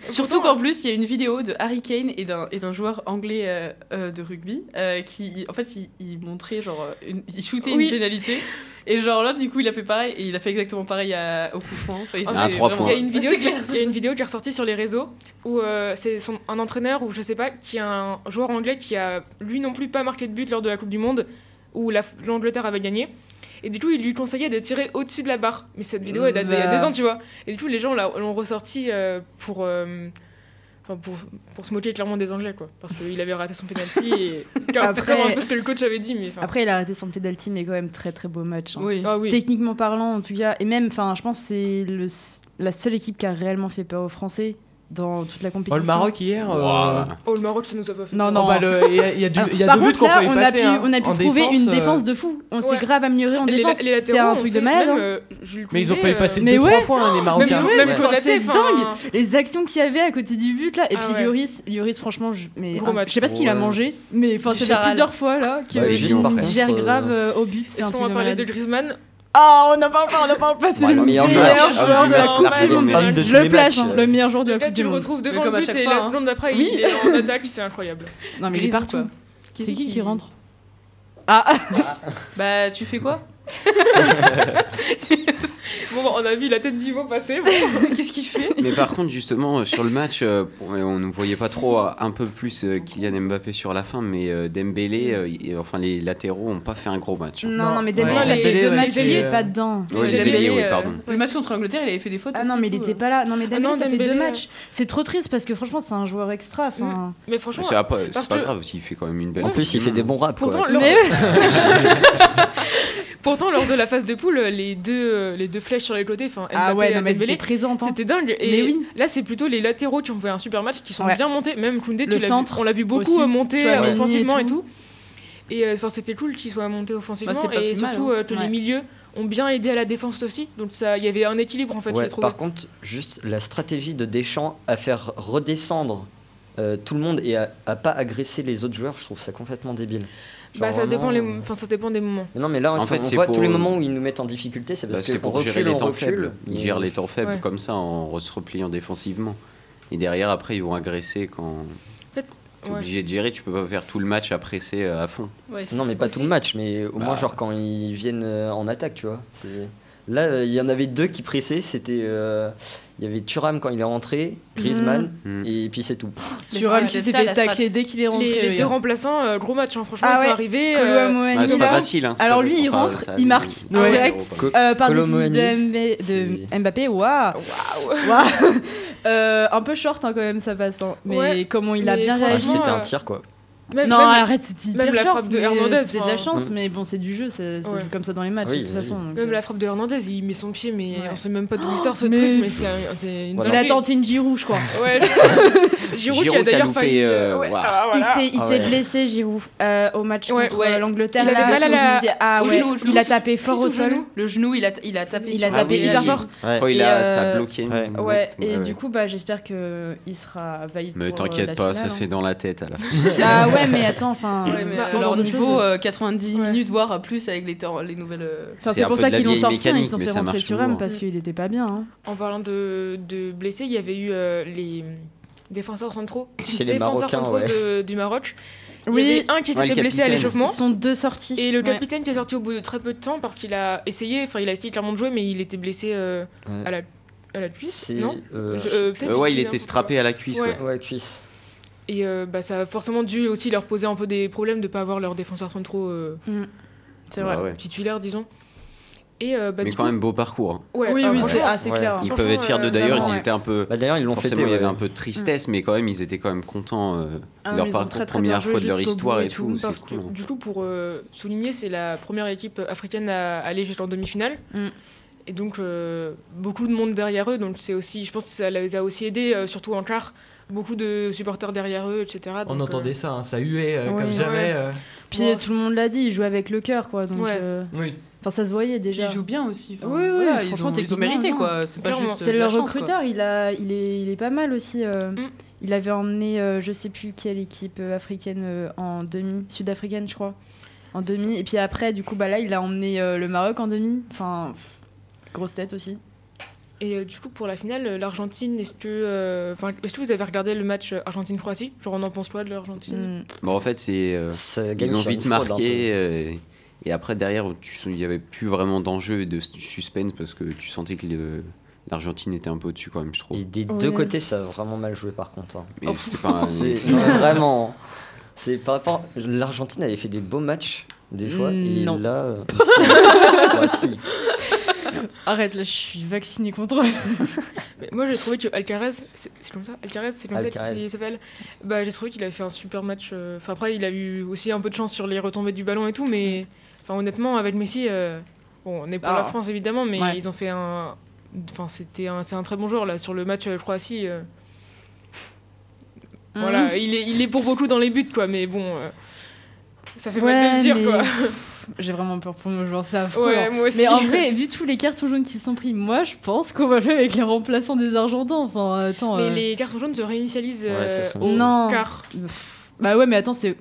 [SPEAKER 7] Surtout qu'en plus, il y a une vidéo de Harry Kane et d'un, et d'un joueur anglais euh, euh, de rugby euh, qui, en fait, il, il montrait, genre, euh, une- il shootait
[SPEAKER 4] Oui.
[SPEAKER 7] une pénalité. Et genre là, du coup, il a fait pareil et il a fait exactement pareil à- au coup franc. Enfin, il
[SPEAKER 6] Un
[SPEAKER 7] s'est
[SPEAKER 6] Ah, trois
[SPEAKER 7] vraiment-
[SPEAKER 4] Il y a une
[SPEAKER 7] C'est
[SPEAKER 4] vidéo, qui,
[SPEAKER 7] clair,
[SPEAKER 4] il y a une vidéo qui est ressortie sur les réseaux où euh, c'est son- un entraîneur ou je sais pas qui est un joueur anglais qui a lui non plus pas marqué de but lors de la Coupe du Monde où la- l'Angleterre avait gagné. Et du coup, il lui conseillait de tirer au-dessus de la barre. Mais cette vidéo, elle date d'il y a
[SPEAKER 5] Bah.
[SPEAKER 4] deux ans, tu vois. Et du coup, les gens l'a- l'ont ressortie euh, pour, euh, enfin, pour, pour se moquer clairement des Anglais, quoi. Parce qu'il avait raté son penalty et
[SPEAKER 5] Après-
[SPEAKER 4] clairement un peu ce que le coach avait dit. Mais, enfin.
[SPEAKER 5] Après, il a arrêté son pédalty, mais quand même très très beau match. hein.
[SPEAKER 7] Oui.
[SPEAKER 4] Ah oui.
[SPEAKER 5] Techniquement parlant, en tout cas. Et même, enfin, je pense que c'est le... la seule équipe qui a réellement fait peur aux Français dans toute la compétition.
[SPEAKER 9] Oh, le Maroc hier. euh,
[SPEAKER 6] Ouah.
[SPEAKER 4] Oh, le Maroc, ça nous a pas fait.
[SPEAKER 5] Non,
[SPEAKER 9] oh,
[SPEAKER 5] non.
[SPEAKER 9] bah, le- Il y a, il y a du-
[SPEAKER 5] Ah,
[SPEAKER 9] il y a
[SPEAKER 5] Par
[SPEAKER 9] deux buts
[SPEAKER 5] contre,
[SPEAKER 9] qu'on
[SPEAKER 5] là,
[SPEAKER 9] fait
[SPEAKER 5] on a
[SPEAKER 9] passer.
[SPEAKER 5] pu,
[SPEAKER 9] hein,
[SPEAKER 5] on a pu
[SPEAKER 9] en
[SPEAKER 5] prouver
[SPEAKER 9] défense,
[SPEAKER 5] une
[SPEAKER 9] euh,
[SPEAKER 5] défense de fou. On s'est
[SPEAKER 4] Ouais.
[SPEAKER 5] grave amélioré en
[SPEAKER 4] Les la-
[SPEAKER 5] défense.
[SPEAKER 4] les latéraux
[SPEAKER 5] C'est un
[SPEAKER 4] ont
[SPEAKER 5] truc
[SPEAKER 4] fait
[SPEAKER 5] de malade.
[SPEAKER 4] même,
[SPEAKER 5] hein.
[SPEAKER 4] euh, Jules
[SPEAKER 9] Mais ils ont
[SPEAKER 4] Koundé,
[SPEAKER 9] fait passer
[SPEAKER 4] euh,
[SPEAKER 5] Mais
[SPEAKER 9] deux
[SPEAKER 5] ouais.
[SPEAKER 9] trois fois hein, les Marocains.
[SPEAKER 4] Même, même
[SPEAKER 5] Ouais.
[SPEAKER 4] Konaté,
[SPEAKER 5] C'est
[SPEAKER 4] enfin,
[SPEAKER 5] dingue. Les actions qu'il y avait à côté du but là. Et
[SPEAKER 4] Ah
[SPEAKER 5] puis
[SPEAKER 4] ouais.
[SPEAKER 5] Lloris, Lloris, franchement, je, mais,
[SPEAKER 4] Gros
[SPEAKER 5] hein,
[SPEAKER 4] match.
[SPEAKER 5] je sais pas ce qu'il a
[SPEAKER 10] Ouais.
[SPEAKER 5] mangé, mais enfin,
[SPEAKER 7] Du
[SPEAKER 5] ça fait
[SPEAKER 7] charal.
[SPEAKER 5] plusieurs fois là que
[SPEAKER 6] Ouais,
[SPEAKER 5] il
[SPEAKER 6] il est par
[SPEAKER 5] gère
[SPEAKER 10] contre,
[SPEAKER 5] grave
[SPEAKER 10] euh,
[SPEAKER 5] euh, au but. C'est
[SPEAKER 4] Est-ce
[SPEAKER 5] un
[SPEAKER 4] qu'on
[SPEAKER 5] truc
[SPEAKER 4] va
[SPEAKER 5] de
[SPEAKER 4] parler
[SPEAKER 5] malade.
[SPEAKER 4] de Griezmann
[SPEAKER 5] Ah, on n'en parle pas, on n'en parle pas. C'est
[SPEAKER 10] Ouais,
[SPEAKER 5] le
[SPEAKER 10] le
[SPEAKER 5] meilleur
[SPEAKER 10] meilleur
[SPEAKER 6] match,
[SPEAKER 5] joueur
[SPEAKER 10] Ah,
[SPEAKER 6] homme
[SPEAKER 5] de
[SPEAKER 6] du
[SPEAKER 5] la
[SPEAKER 6] match,
[SPEAKER 5] Coupe
[SPEAKER 6] l'arbitre
[SPEAKER 5] du
[SPEAKER 6] du
[SPEAKER 5] Monde.
[SPEAKER 10] match.
[SPEAKER 5] Je le
[SPEAKER 10] du
[SPEAKER 5] place,
[SPEAKER 10] match,
[SPEAKER 5] hein,
[SPEAKER 10] euh.
[SPEAKER 5] le meilleur joueur de
[SPEAKER 4] Le
[SPEAKER 5] la
[SPEAKER 4] gars, tu
[SPEAKER 5] Coupe du
[SPEAKER 4] le
[SPEAKER 5] Monde.
[SPEAKER 4] retrouves
[SPEAKER 7] Mais
[SPEAKER 4] devant
[SPEAKER 7] comme
[SPEAKER 4] le
[SPEAKER 7] à
[SPEAKER 4] but
[SPEAKER 7] chaque
[SPEAKER 4] et
[SPEAKER 7] fois,
[SPEAKER 4] la
[SPEAKER 7] hein.
[SPEAKER 4] seconde d'après,
[SPEAKER 5] Oui.
[SPEAKER 4] il est en attaque, c'est incroyable.
[SPEAKER 5] Non, mais il est
[SPEAKER 7] Griezmann,
[SPEAKER 5] partout.
[SPEAKER 7] quoi.
[SPEAKER 5] C'est qui qui rentre Ah,
[SPEAKER 7] Bah, tu fais quoi
[SPEAKER 4] Bon, bon, on a vu la tête d'Ivo passer. bon.
[SPEAKER 7] Qu'est-ce qu'il fait
[SPEAKER 6] Mais par contre, justement, euh, sur le match, euh, on ne voyait pas trop euh, un peu plus euh, Kylian Mbappé sur la fin, mais euh, Dembélé, euh, et, enfin les latéraux n'ont pas fait un gros match. hein.
[SPEAKER 5] non, non, mais
[SPEAKER 9] Ouais.
[SPEAKER 5] Dembélé, ça
[SPEAKER 4] Les-
[SPEAKER 5] fait deux
[SPEAKER 4] les
[SPEAKER 5] matchs, il
[SPEAKER 4] ailiers,
[SPEAKER 5] est pas dedans.
[SPEAKER 6] Ouais, les
[SPEAKER 7] Dembélé,
[SPEAKER 6] ailiers, oui,
[SPEAKER 7] euh,
[SPEAKER 6] pardon.
[SPEAKER 7] Le match contre l'Angleterre, il avait fait des fautes.
[SPEAKER 5] Ah
[SPEAKER 7] aussi,
[SPEAKER 5] non, mais il
[SPEAKER 7] tout,
[SPEAKER 5] était
[SPEAKER 7] euh.
[SPEAKER 5] pas là. Non, mais Dembélé,
[SPEAKER 4] non,
[SPEAKER 5] ça fait
[SPEAKER 4] Dembélé,
[SPEAKER 5] deux
[SPEAKER 4] euh.
[SPEAKER 5] matchs. C'est trop triste parce que franchement, c'est un joueur extra. Enfin,
[SPEAKER 4] Mais franchement,
[SPEAKER 6] C'est après- c'est
[SPEAKER 4] parce
[SPEAKER 6] pas
[SPEAKER 4] que-
[SPEAKER 6] grave s'il fait quand même une belle. Mm.
[SPEAKER 10] En plus, il fait des bons raps.
[SPEAKER 4] pourtant,
[SPEAKER 10] quoi.
[SPEAKER 4] lors...
[SPEAKER 5] Mais-
[SPEAKER 4] pourtant, lors de la phase de poule, les deux, euh, les deux flèches sur les côtés, enfin,
[SPEAKER 5] ah
[SPEAKER 4] Mbappé
[SPEAKER 5] ouais,
[SPEAKER 4] et
[SPEAKER 5] non, mais
[SPEAKER 4] Dembélé,
[SPEAKER 5] c'était présente. hein.
[SPEAKER 4] c'était dingue. Et
[SPEAKER 5] Mais oui.
[SPEAKER 4] là, c'est plutôt les latéraux qui ont fait un super match, qui sont
[SPEAKER 5] Ouais.
[SPEAKER 4] bien montés. Même Koundé, tu
[SPEAKER 5] Le
[SPEAKER 4] l'as vu-
[SPEAKER 5] centre
[SPEAKER 4] on l'a vu beaucoup
[SPEAKER 5] aussi,
[SPEAKER 4] euh, monter
[SPEAKER 5] Tchouaméni
[SPEAKER 4] euh,
[SPEAKER 5] et
[SPEAKER 4] offensivement et
[SPEAKER 5] tout.
[SPEAKER 4] tout. Et euh, enfin, c'était cool qu'ils soient montés offensivement
[SPEAKER 7] Bah, c'est pas
[SPEAKER 4] et
[SPEAKER 7] plus mal,
[SPEAKER 4] surtout
[SPEAKER 7] hein.
[SPEAKER 4] euh, que les
[SPEAKER 5] Ouais.
[SPEAKER 4] milieux ont bien aidé à la défense aussi. Donc ça, il y avait un équilibre en fait, je
[SPEAKER 10] Ouais,
[SPEAKER 4] trouve.
[SPEAKER 10] par contre, juste la stratégie de Deschamps à faire redescendre euh, tout le monde et à, à pas agresser les autres joueurs, je trouve ça complètement débile. Genre
[SPEAKER 4] Bah, ça
[SPEAKER 10] vraiment,
[SPEAKER 4] dépend les,
[SPEAKER 10] euh,
[SPEAKER 4] enfin, ça dépend des moments.
[SPEAKER 10] Mais Non, mais là,
[SPEAKER 6] En
[SPEAKER 10] on,
[SPEAKER 6] fait,
[SPEAKER 10] on
[SPEAKER 6] c'est
[SPEAKER 10] voit
[SPEAKER 6] pour-
[SPEAKER 10] tous les moments où ils nous mettent en difficulté, c'est
[SPEAKER 6] Bah,
[SPEAKER 10] parce
[SPEAKER 6] c'est
[SPEAKER 10] qu'on
[SPEAKER 6] pour
[SPEAKER 10] recule,
[SPEAKER 6] gérer les
[SPEAKER 10] on
[SPEAKER 6] temps
[SPEAKER 10] recule.
[SPEAKER 6] faibles. Ils
[SPEAKER 10] Mais-
[SPEAKER 6] gèrent les temps faibles
[SPEAKER 4] Ouais.
[SPEAKER 6] comme ça en se repliant défensivement. Et derrière, après, ils vont agresser quand.
[SPEAKER 4] fait,
[SPEAKER 6] T'es
[SPEAKER 4] ouais.
[SPEAKER 6] obligé de gérer, tu peux pas faire tout le match à presser euh, à fond.
[SPEAKER 7] hein. Ouais, c'est-
[SPEAKER 10] Non, mais pas
[SPEAKER 7] c'est-
[SPEAKER 10] tout le match, mais au
[SPEAKER 6] Bah.
[SPEAKER 10] moins, genre quand ils viennent euh, en attaque, tu vois. C'est- Là, euh, il y en avait deux qui pressaient, c'était. euh, Il y avait Thuram quand il est rentré, Griezmann,
[SPEAKER 6] Mm.
[SPEAKER 10] et puis c'est tout.
[SPEAKER 5] Thuram qui
[SPEAKER 7] c'est
[SPEAKER 5] s'est
[SPEAKER 7] ça, la
[SPEAKER 5] fait
[SPEAKER 7] strat.
[SPEAKER 5] tacler dès qu'il est rentré.
[SPEAKER 4] Les, les
[SPEAKER 5] le
[SPEAKER 4] deux
[SPEAKER 5] gars.
[SPEAKER 4] remplaçants, euh, gros match, hein, franchement,
[SPEAKER 5] Ah
[SPEAKER 4] ils
[SPEAKER 5] ouais.
[SPEAKER 4] sont arrivés.
[SPEAKER 5] Kolo
[SPEAKER 4] euh,
[SPEAKER 5] Muani,
[SPEAKER 10] Bah,
[SPEAKER 6] Ah, c'est
[SPEAKER 5] là.
[SPEAKER 6] pas facile. hein, c'est
[SPEAKER 5] Alors
[SPEAKER 6] pas
[SPEAKER 5] lui,
[SPEAKER 6] facile.
[SPEAKER 5] il
[SPEAKER 6] Enfin,
[SPEAKER 5] rentre,
[SPEAKER 6] ça-
[SPEAKER 5] il marque
[SPEAKER 9] Ouais.
[SPEAKER 5] direct.
[SPEAKER 6] Ouais.
[SPEAKER 5] Euh, par décision de,
[SPEAKER 10] Colomboani,
[SPEAKER 5] Mb- de Mbappé, waouh! Waouh. Euh, un peu short hein, quand même, ça passe. hein. Mais
[SPEAKER 4] Ouais.
[SPEAKER 5] comment il a
[SPEAKER 4] Mais
[SPEAKER 5] bien
[SPEAKER 4] franchement,
[SPEAKER 10] Ah,
[SPEAKER 5] réagi.
[SPEAKER 10] c'était
[SPEAKER 4] euh,
[SPEAKER 10] un tir, quoi.
[SPEAKER 4] même-
[SPEAKER 5] non,
[SPEAKER 4] même-
[SPEAKER 5] arrête, c'était hyper
[SPEAKER 4] même la
[SPEAKER 5] short.
[SPEAKER 4] frappe de
[SPEAKER 5] mais
[SPEAKER 4] Hernandez,
[SPEAKER 5] C'était de la
[SPEAKER 4] enfin.
[SPEAKER 5] chance,
[SPEAKER 10] Mm.
[SPEAKER 5] mais bon, c'est du jeu, ça, ça
[SPEAKER 4] Ouais.
[SPEAKER 5] joue comme ça dans les matchs
[SPEAKER 10] Oui,
[SPEAKER 5] de toute
[SPEAKER 10] oui,
[SPEAKER 5] façon. donc,
[SPEAKER 4] même
[SPEAKER 5] euh.
[SPEAKER 4] la frappe de Hernandez, il met son pied, mais
[SPEAKER 5] Ouais. Oh,
[SPEAKER 4] on sait même pas d'où il sort ce
[SPEAKER 5] mais-
[SPEAKER 4] truc, mais c'est un- c'est une
[SPEAKER 10] Voilà.
[SPEAKER 5] Il a
[SPEAKER 4] dinguerie.
[SPEAKER 5] tenté une Giroud, je crois.
[SPEAKER 4] Ouais, Giroud, qui
[SPEAKER 6] Giroud qui
[SPEAKER 4] a
[SPEAKER 6] a
[SPEAKER 4] d'ailleurs
[SPEAKER 6] loupé,
[SPEAKER 4] failli. euh,
[SPEAKER 6] euh,
[SPEAKER 4] ouais,
[SPEAKER 6] waouh.
[SPEAKER 4] ah, voilà.
[SPEAKER 5] Il s'est, il
[SPEAKER 10] Ah
[SPEAKER 5] s'est
[SPEAKER 10] ouais.
[SPEAKER 5] blessé, Giroud, euh, au match
[SPEAKER 4] Ouais,
[SPEAKER 5] contre
[SPEAKER 4] ouais.
[SPEAKER 5] euh, l'angleterre.
[SPEAKER 4] Il avait
[SPEAKER 5] là,
[SPEAKER 4] mal à
[SPEAKER 5] parce
[SPEAKER 4] la-
[SPEAKER 5] qu'on se disait, ah
[SPEAKER 7] au
[SPEAKER 5] ouais,
[SPEAKER 7] genou, au genou,
[SPEAKER 5] il a
[SPEAKER 7] c'est
[SPEAKER 5] tapé fort
[SPEAKER 4] plus
[SPEAKER 5] au
[SPEAKER 4] au
[SPEAKER 5] sol.
[SPEAKER 4] genou.
[SPEAKER 7] Le genou, il a, il a tapé.
[SPEAKER 5] Il
[SPEAKER 7] sur
[SPEAKER 5] a
[SPEAKER 7] le
[SPEAKER 5] tapé
[SPEAKER 7] genou.
[SPEAKER 5] hyper
[SPEAKER 6] Ah oui.
[SPEAKER 5] fort.
[SPEAKER 6] Quand il
[SPEAKER 5] Et,
[SPEAKER 6] a,
[SPEAKER 5] euh,
[SPEAKER 6] ça a bloqué.
[SPEAKER 10] ouais.
[SPEAKER 6] une
[SPEAKER 5] Ouais,
[SPEAKER 6] boîte,
[SPEAKER 5] et
[SPEAKER 6] ouais.
[SPEAKER 5] du coup, bah, j'espère qu'il sera valide.
[SPEAKER 6] Mais
[SPEAKER 5] pour, euh, la
[SPEAKER 6] t'inquiète pas, ça
[SPEAKER 5] finale,
[SPEAKER 6] c'est dans la tête. à la fin.
[SPEAKER 5] hein. Ah ouais, mais attends, enfin.
[SPEAKER 7] Ouais, mais
[SPEAKER 5] ce
[SPEAKER 7] à
[SPEAKER 5] genre
[SPEAKER 7] leur
[SPEAKER 5] de
[SPEAKER 7] niveau,
[SPEAKER 5] choses.
[SPEAKER 7] euh, 90
[SPEAKER 5] Ouais.
[SPEAKER 7] minutes, voire plus avec les, temps- les nouvelles. euh,
[SPEAKER 5] Enfin,
[SPEAKER 6] C'est
[SPEAKER 5] c'est
[SPEAKER 6] un
[SPEAKER 5] pour
[SPEAKER 6] peu
[SPEAKER 5] ça
[SPEAKER 6] de la
[SPEAKER 5] qu'ils l'ont
[SPEAKER 6] vieille
[SPEAKER 5] sorti, hein, ils
[SPEAKER 6] mécanique,
[SPEAKER 5] ont
[SPEAKER 6] mais
[SPEAKER 5] fait
[SPEAKER 6] ça
[SPEAKER 5] rentrer
[SPEAKER 6] marche
[SPEAKER 5] Thuram
[SPEAKER 6] souvent.
[SPEAKER 5] parce qu'il était pas bien. hein.
[SPEAKER 4] En parlant de, de blessés, il y avait eu euh, les défenseurs centraux.
[SPEAKER 10] Chez les
[SPEAKER 4] défenseurs
[SPEAKER 10] Marocains,
[SPEAKER 4] centraux
[SPEAKER 10] ouais.
[SPEAKER 4] de- du Maroc. Il y
[SPEAKER 5] Oui.
[SPEAKER 4] avait un qui
[SPEAKER 6] Ouais, le
[SPEAKER 4] s'était blessé à
[SPEAKER 6] capitaine.
[SPEAKER 5] Ils
[SPEAKER 4] l'échauffement.
[SPEAKER 5] sont deux sorties.
[SPEAKER 4] Et le
[SPEAKER 5] Ouais.
[SPEAKER 4] capitaine qui est sorti au bout de très peu de temps parce qu'il a essayé, enfin il a essayé clairement de jouer, mais il était blessé euh,
[SPEAKER 10] Ouais.
[SPEAKER 4] à la à la cuisse,
[SPEAKER 10] C'est,
[SPEAKER 4] non
[SPEAKER 10] euh,
[SPEAKER 4] Je- euh, peut-être
[SPEAKER 6] Euh, ouais,
[SPEAKER 4] j'ai
[SPEAKER 6] il
[SPEAKER 4] dit
[SPEAKER 6] était
[SPEAKER 4] n'importe
[SPEAKER 6] strappé à la cuisse.
[SPEAKER 4] Ouais.
[SPEAKER 6] Ouais.
[SPEAKER 10] Ouais, cuisse.
[SPEAKER 4] Et euh, bah, ça a forcément dû aussi leur poser un peu des problèmes de pas avoir leurs défenseurs centraux euh,
[SPEAKER 5] Mm.
[SPEAKER 6] C'est vrai.
[SPEAKER 4] titulaires, disons. Et euh, bah,
[SPEAKER 6] Bah Mais
[SPEAKER 4] du
[SPEAKER 6] quand
[SPEAKER 4] coup-
[SPEAKER 6] même beau parcours. hein.
[SPEAKER 4] Ouais,
[SPEAKER 5] Oui,
[SPEAKER 7] euh,
[SPEAKER 4] bah,
[SPEAKER 5] oui,
[SPEAKER 4] franchement,
[SPEAKER 5] c'est ah, c'est
[SPEAKER 10] Ouais.
[SPEAKER 5] clair.
[SPEAKER 6] Ils
[SPEAKER 4] franchement,
[SPEAKER 6] peuvent être fiers de
[SPEAKER 4] euh,
[SPEAKER 6] d'ailleurs,
[SPEAKER 5] vraiment, Mm.
[SPEAKER 6] ils étaient un peu.
[SPEAKER 10] Bah, d'ailleurs, ils l'ont fêté.
[SPEAKER 6] Forcément, il y
[SPEAKER 10] ouais.
[SPEAKER 6] avait un peu de tristesse, mais quand même, ils étaient quand même contents. euh,
[SPEAKER 5] Ah, mais
[SPEAKER 6] leur
[SPEAKER 5] ils ont
[SPEAKER 6] parcours,
[SPEAKER 5] très, très bien
[SPEAKER 6] première
[SPEAKER 5] joué
[SPEAKER 6] fois de leur
[SPEAKER 5] jusqu'au
[SPEAKER 6] histoire
[SPEAKER 5] bout
[SPEAKER 6] et
[SPEAKER 5] et
[SPEAKER 6] tout.
[SPEAKER 4] parce
[SPEAKER 6] C'est
[SPEAKER 4] que,
[SPEAKER 6] cool. hein.
[SPEAKER 4] du coup, pour euh, souligner, c'est la première équipe africaine à aller jusqu'en demi-finale.
[SPEAKER 5] Mm.
[SPEAKER 4] Et donc, euh, beaucoup de monde derrière eux. Donc, c'est aussi, je pense que ça les a aussi aidés, euh, surtout en quart. Beaucoup de supporters derrière eux, etc.
[SPEAKER 9] On
[SPEAKER 4] Donc, euh,
[SPEAKER 9] entendait ça, hein, ça huait euh,
[SPEAKER 5] Oui.
[SPEAKER 9] comme
[SPEAKER 4] Ouais.
[SPEAKER 9] jamais. euh,
[SPEAKER 5] Puis
[SPEAKER 4] Ouais.
[SPEAKER 5] tout le monde l'a dit, ils jouent avec le cœur, quoi. Donc,
[SPEAKER 4] Ouais.
[SPEAKER 5] euh,
[SPEAKER 9] Oui.
[SPEAKER 5] enfin, ça se voyait déjà.
[SPEAKER 7] Ils jouent bien aussi. enfin,
[SPEAKER 5] Oui, oui,
[SPEAKER 7] voilà, ils,
[SPEAKER 5] franchement,
[SPEAKER 7] ont, ils ont
[SPEAKER 5] techniquement,
[SPEAKER 7] mérité
[SPEAKER 5] non.
[SPEAKER 7] quoi. C'est pas
[SPEAKER 4] Clairement,
[SPEAKER 7] juste.
[SPEAKER 5] C'est
[SPEAKER 7] de
[SPEAKER 5] le
[SPEAKER 7] la chance, quoi.
[SPEAKER 5] recruteur, il, a, il, est, il est pas mal aussi. euh,
[SPEAKER 4] Mm.
[SPEAKER 5] Il avait emmené, euh, je sais plus quelle équipe euh, africaine euh, en demi, sud-africaine, je crois, en demi. Et puis après, du coup, bah là, il a emmené euh, le Maroc en demi. Enfin, pff, grosse tête aussi.
[SPEAKER 4] Et euh, du coup, pour la finale, euh, l'Argentine, est-ce que, euh, 'fin, est-ce que vous avez regardé le match euh, Argentine-Croatie Genre, on en pense quoi de l'Argentine
[SPEAKER 5] Mm.
[SPEAKER 6] Bon, en fait, c'est. euh,
[SPEAKER 10] Ça gagne
[SPEAKER 6] Ils ont
[SPEAKER 10] sur une
[SPEAKER 6] vite
[SPEAKER 10] fraude, un
[SPEAKER 6] marqué. euh, et après, derrière, tu sens- il n'y avait plus vraiment d'enjeu et de s- suspense parce que tu sentais que le- l'Argentine était un peu au-dessus quand même, je
[SPEAKER 10] peu.
[SPEAKER 6] trouve.
[SPEAKER 10] Et des
[SPEAKER 5] Ouais.
[SPEAKER 10] deux côtés, ça a vraiment mal joué par contre. hein.
[SPEAKER 6] Mais c'était pas un-
[SPEAKER 10] C'est non, vraiment. C'est par rapport. L'Argentine avait fait des beaux matchs des fois
[SPEAKER 5] Mm, Non.
[SPEAKER 10] et là. euh, si. Ouais, si.
[SPEAKER 5] Arrête, là, je suis vaccinée contre eux.
[SPEAKER 4] Mais Moi, j'ai trouvé que Alcaraz, c'est c'est comme ça Alcaraz, c'est comme ça
[SPEAKER 10] Alcaraz.
[SPEAKER 4] qu'il s'appelle bah, J'ai trouvé qu'il avait fait un super match. euh, Enfin, après, il a eu aussi un peu de chance sur les retombées du ballon et tout, mais
[SPEAKER 10] Mm.
[SPEAKER 4] enfin, honnêtement, avec Messi, euh, bon, on est pour
[SPEAKER 5] Ah.
[SPEAKER 4] la France évidemment, mais
[SPEAKER 5] Ouais.
[SPEAKER 4] ils ont fait un. Enfin, c'était un, c'est un très bon joueur là sur le match euh, Croatie. euh,
[SPEAKER 5] Mm.
[SPEAKER 4] Voilà, il est, il est pour beaucoup dans les buts, quoi, mais bon. euh, ça fait mal de le dire,
[SPEAKER 5] mais
[SPEAKER 4] quoi.
[SPEAKER 5] pff, J'ai vraiment peur pour nos joueurs, c'est affreux.
[SPEAKER 4] Ouais,
[SPEAKER 5] hein.
[SPEAKER 4] moi aussi.
[SPEAKER 5] Mais en vrai, vu tous les cartons jaunes qui se sont pris, moi je pense qu'on va jouer avec les remplaçants des Argentins. Enfin, attends.
[SPEAKER 4] Mais
[SPEAKER 5] euh,
[SPEAKER 4] les cartons jaunes se réinitialisent
[SPEAKER 10] Ouais, ça
[SPEAKER 4] euh,
[SPEAKER 10] se
[SPEAKER 4] au
[SPEAKER 5] Non.
[SPEAKER 4] quart.
[SPEAKER 5] Bah ouais, mais attends, c'est.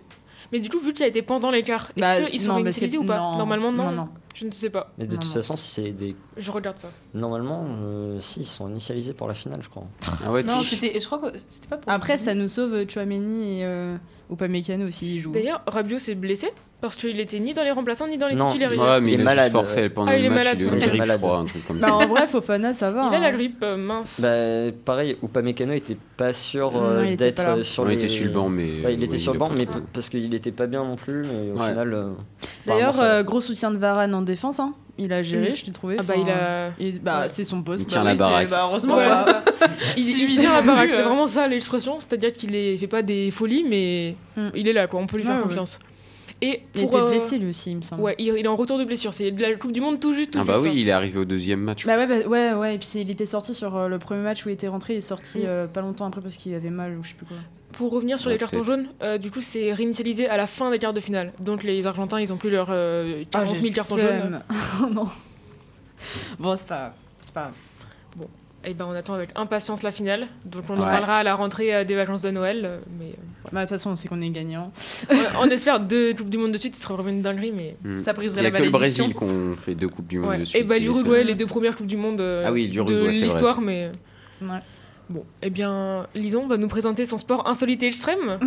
[SPEAKER 4] Mais du coup, vu que ça a été pendant les quarts, est-ce
[SPEAKER 5] bah,
[SPEAKER 4] qu'ils sont
[SPEAKER 5] non, mais
[SPEAKER 4] réinitialisés
[SPEAKER 5] c'est-
[SPEAKER 4] ou pas
[SPEAKER 5] non,
[SPEAKER 4] Normalement, non.
[SPEAKER 5] Non, non.
[SPEAKER 4] Je ne sais pas.
[SPEAKER 10] Mais de
[SPEAKER 5] Non,
[SPEAKER 10] toute
[SPEAKER 5] non.
[SPEAKER 10] façon, c'est des.
[SPEAKER 4] Je regarde ça.
[SPEAKER 10] Normalement, euh, si, ils sont initialisés pour la finale, je crois.
[SPEAKER 6] Ah ouais,
[SPEAKER 7] Non,
[SPEAKER 6] tu-
[SPEAKER 7] c'était. Je crois que c'était pas pour.
[SPEAKER 5] Après, ça nous sauve Chouameni et euh, Upamecano aussi, ils jouent.
[SPEAKER 4] D'ailleurs, Rabiot s'est blessé parce qu'il était ni dans les remplaçants ni dans les
[SPEAKER 10] Non,
[SPEAKER 4] titulaires. Il,
[SPEAKER 6] Ouais, mais
[SPEAKER 10] Il est
[SPEAKER 6] il, a
[SPEAKER 10] malade,
[SPEAKER 6] juste forfait pendant
[SPEAKER 4] Ah, il est
[SPEAKER 6] le match.
[SPEAKER 4] malade,
[SPEAKER 6] Il a eu
[SPEAKER 10] ok.
[SPEAKER 6] une grippe, je
[SPEAKER 10] Malade.
[SPEAKER 6] crois, un truc comme
[SPEAKER 5] Bah,
[SPEAKER 6] ça.
[SPEAKER 5] en vrai, Fofana, ça va.
[SPEAKER 4] il a la
[SPEAKER 5] hein.
[SPEAKER 4] grippe, euh, mince.
[SPEAKER 10] Bah, pareil, Upamecano était pas sûr euh,
[SPEAKER 5] Non, il était
[SPEAKER 10] d'être
[SPEAKER 5] pas là.
[SPEAKER 10] euh, sur
[SPEAKER 6] Ouais,
[SPEAKER 10] les.
[SPEAKER 6] il était sur le banc, mais.
[SPEAKER 10] Ouais, il était
[SPEAKER 6] ouais,
[SPEAKER 10] sur le
[SPEAKER 6] a
[SPEAKER 10] banc,
[SPEAKER 6] pas
[SPEAKER 10] mais
[SPEAKER 6] trop-
[SPEAKER 10] p- parce qu'il était pas bien non plus, mais au
[SPEAKER 6] Ouais.
[SPEAKER 10] final. euh, apparemment,
[SPEAKER 5] D'ailleurs,
[SPEAKER 10] ça-
[SPEAKER 5] euh, gros soutien de Varane en défense. Hein. Il a géré,
[SPEAKER 4] Mm.
[SPEAKER 5] je t'ai trouvé.
[SPEAKER 4] Ah bah
[SPEAKER 5] enfin,
[SPEAKER 4] il a.
[SPEAKER 5] et- bah,
[SPEAKER 4] Ouais.
[SPEAKER 5] c'est son
[SPEAKER 6] Il
[SPEAKER 5] poste.
[SPEAKER 6] tient
[SPEAKER 5] bah
[SPEAKER 6] la
[SPEAKER 5] oui,
[SPEAKER 6] baraque.
[SPEAKER 7] heureusement, hein.
[SPEAKER 4] Ouais,
[SPEAKER 7] voilà.
[SPEAKER 4] c'est ça.
[SPEAKER 7] Si
[SPEAKER 4] Il,
[SPEAKER 7] lui
[SPEAKER 4] il tient la
[SPEAKER 7] était venu,
[SPEAKER 4] baraque, c'est
[SPEAKER 7] euh,
[SPEAKER 4] vraiment ça l'expression. C'est-à-dire qu'il ne fait pas des folies, mais
[SPEAKER 5] Mm.
[SPEAKER 4] il est là, quoi. On peut lui faire
[SPEAKER 5] Ouais, ouais.
[SPEAKER 4] confiance. Et
[SPEAKER 5] Il
[SPEAKER 4] pour.
[SPEAKER 5] était
[SPEAKER 4] euh,
[SPEAKER 5] blessé hein. lui aussi, il me semble.
[SPEAKER 4] Ouais, il, il est en retour de blessure. C'est de la Coupe du Monde tout juste. Tout
[SPEAKER 6] Ah bah
[SPEAKER 4] juste, hein.
[SPEAKER 6] oui, il est arrivé au deuxième match.
[SPEAKER 5] Bah ouais, bah ouais, ouais, et puis c'est- il était sorti sur euh, le premier match où il était rentré, il est
[SPEAKER 4] Mm.
[SPEAKER 5] sorti euh, pas longtemps après parce qu'il avait mal ou je sais plus quoi.
[SPEAKER 4] Pour revenir sur
[SPEAKER 6] Ouais,
[SPEAKER 4] les cartons
[SPEAKER 6] peut-être.
[SPEAKER 4] jaunes, euh, du coup, c'est réinitialisé à la fin des quarts de finale. Donc les Argentins, ils ont plus leurs euh,
[SPEAKER 5] Ah,
[SPEAKER 4] 40 000 cartons jaunes.
[SPEAKER 5] oh non. Bon, c'est pas grave. C'est pas grave.
[SPEAKER 4] Et ben on attend avec impatience la finale. Donc on en
[SPEAKER 6] Ouais.
[SPEAKER 4] parlera à la rentrée euh, des vacances de Noël. euh, Mais
[SPEAKER 5] Bah, de toute façon, on sait qu'on est gagnant.
[SPEAKER 4] euh, on, on espère deux Coupes du Monde de suite. Ce serait vraiment une dinguerie, mais.
[SPEAKER 6] Hmm.
[SPEAKER 7] Ça
[SPEAKER 6] Il
[SPEAKER 7] briserait
[SPEAKER 6] n'y
[SPEAKER 7] la
[SPEAKER 6] a que le
[SPEAKER 7] malédiction.
[SPEAKER 6] Brésil qu'on fait deux Coupes du Monde
[SPEAKER 4] Ouais.
[SPEAKER 6] de suite.
[SPEAKER 4] Et bah
[SPEAKER 6] c'est les seuls.
[SPEAKER 4] l'Uruguay, les deux premières Coupes du Monde euh,
[SPEAKER 6] Ah oui, l'Uruguay,
[SPEAKER 4] de
[SPEAKER 6] c'est vrai,
[SPEAKER 4] l'histoire,
[SPEAKER 6] ça.
[SPEAKER 4] mais.
[SPEAKER 5] Ouais.
[SPEAKER 4] Bon, eh bien, Lison va nous présenter son sport insolite et extrême.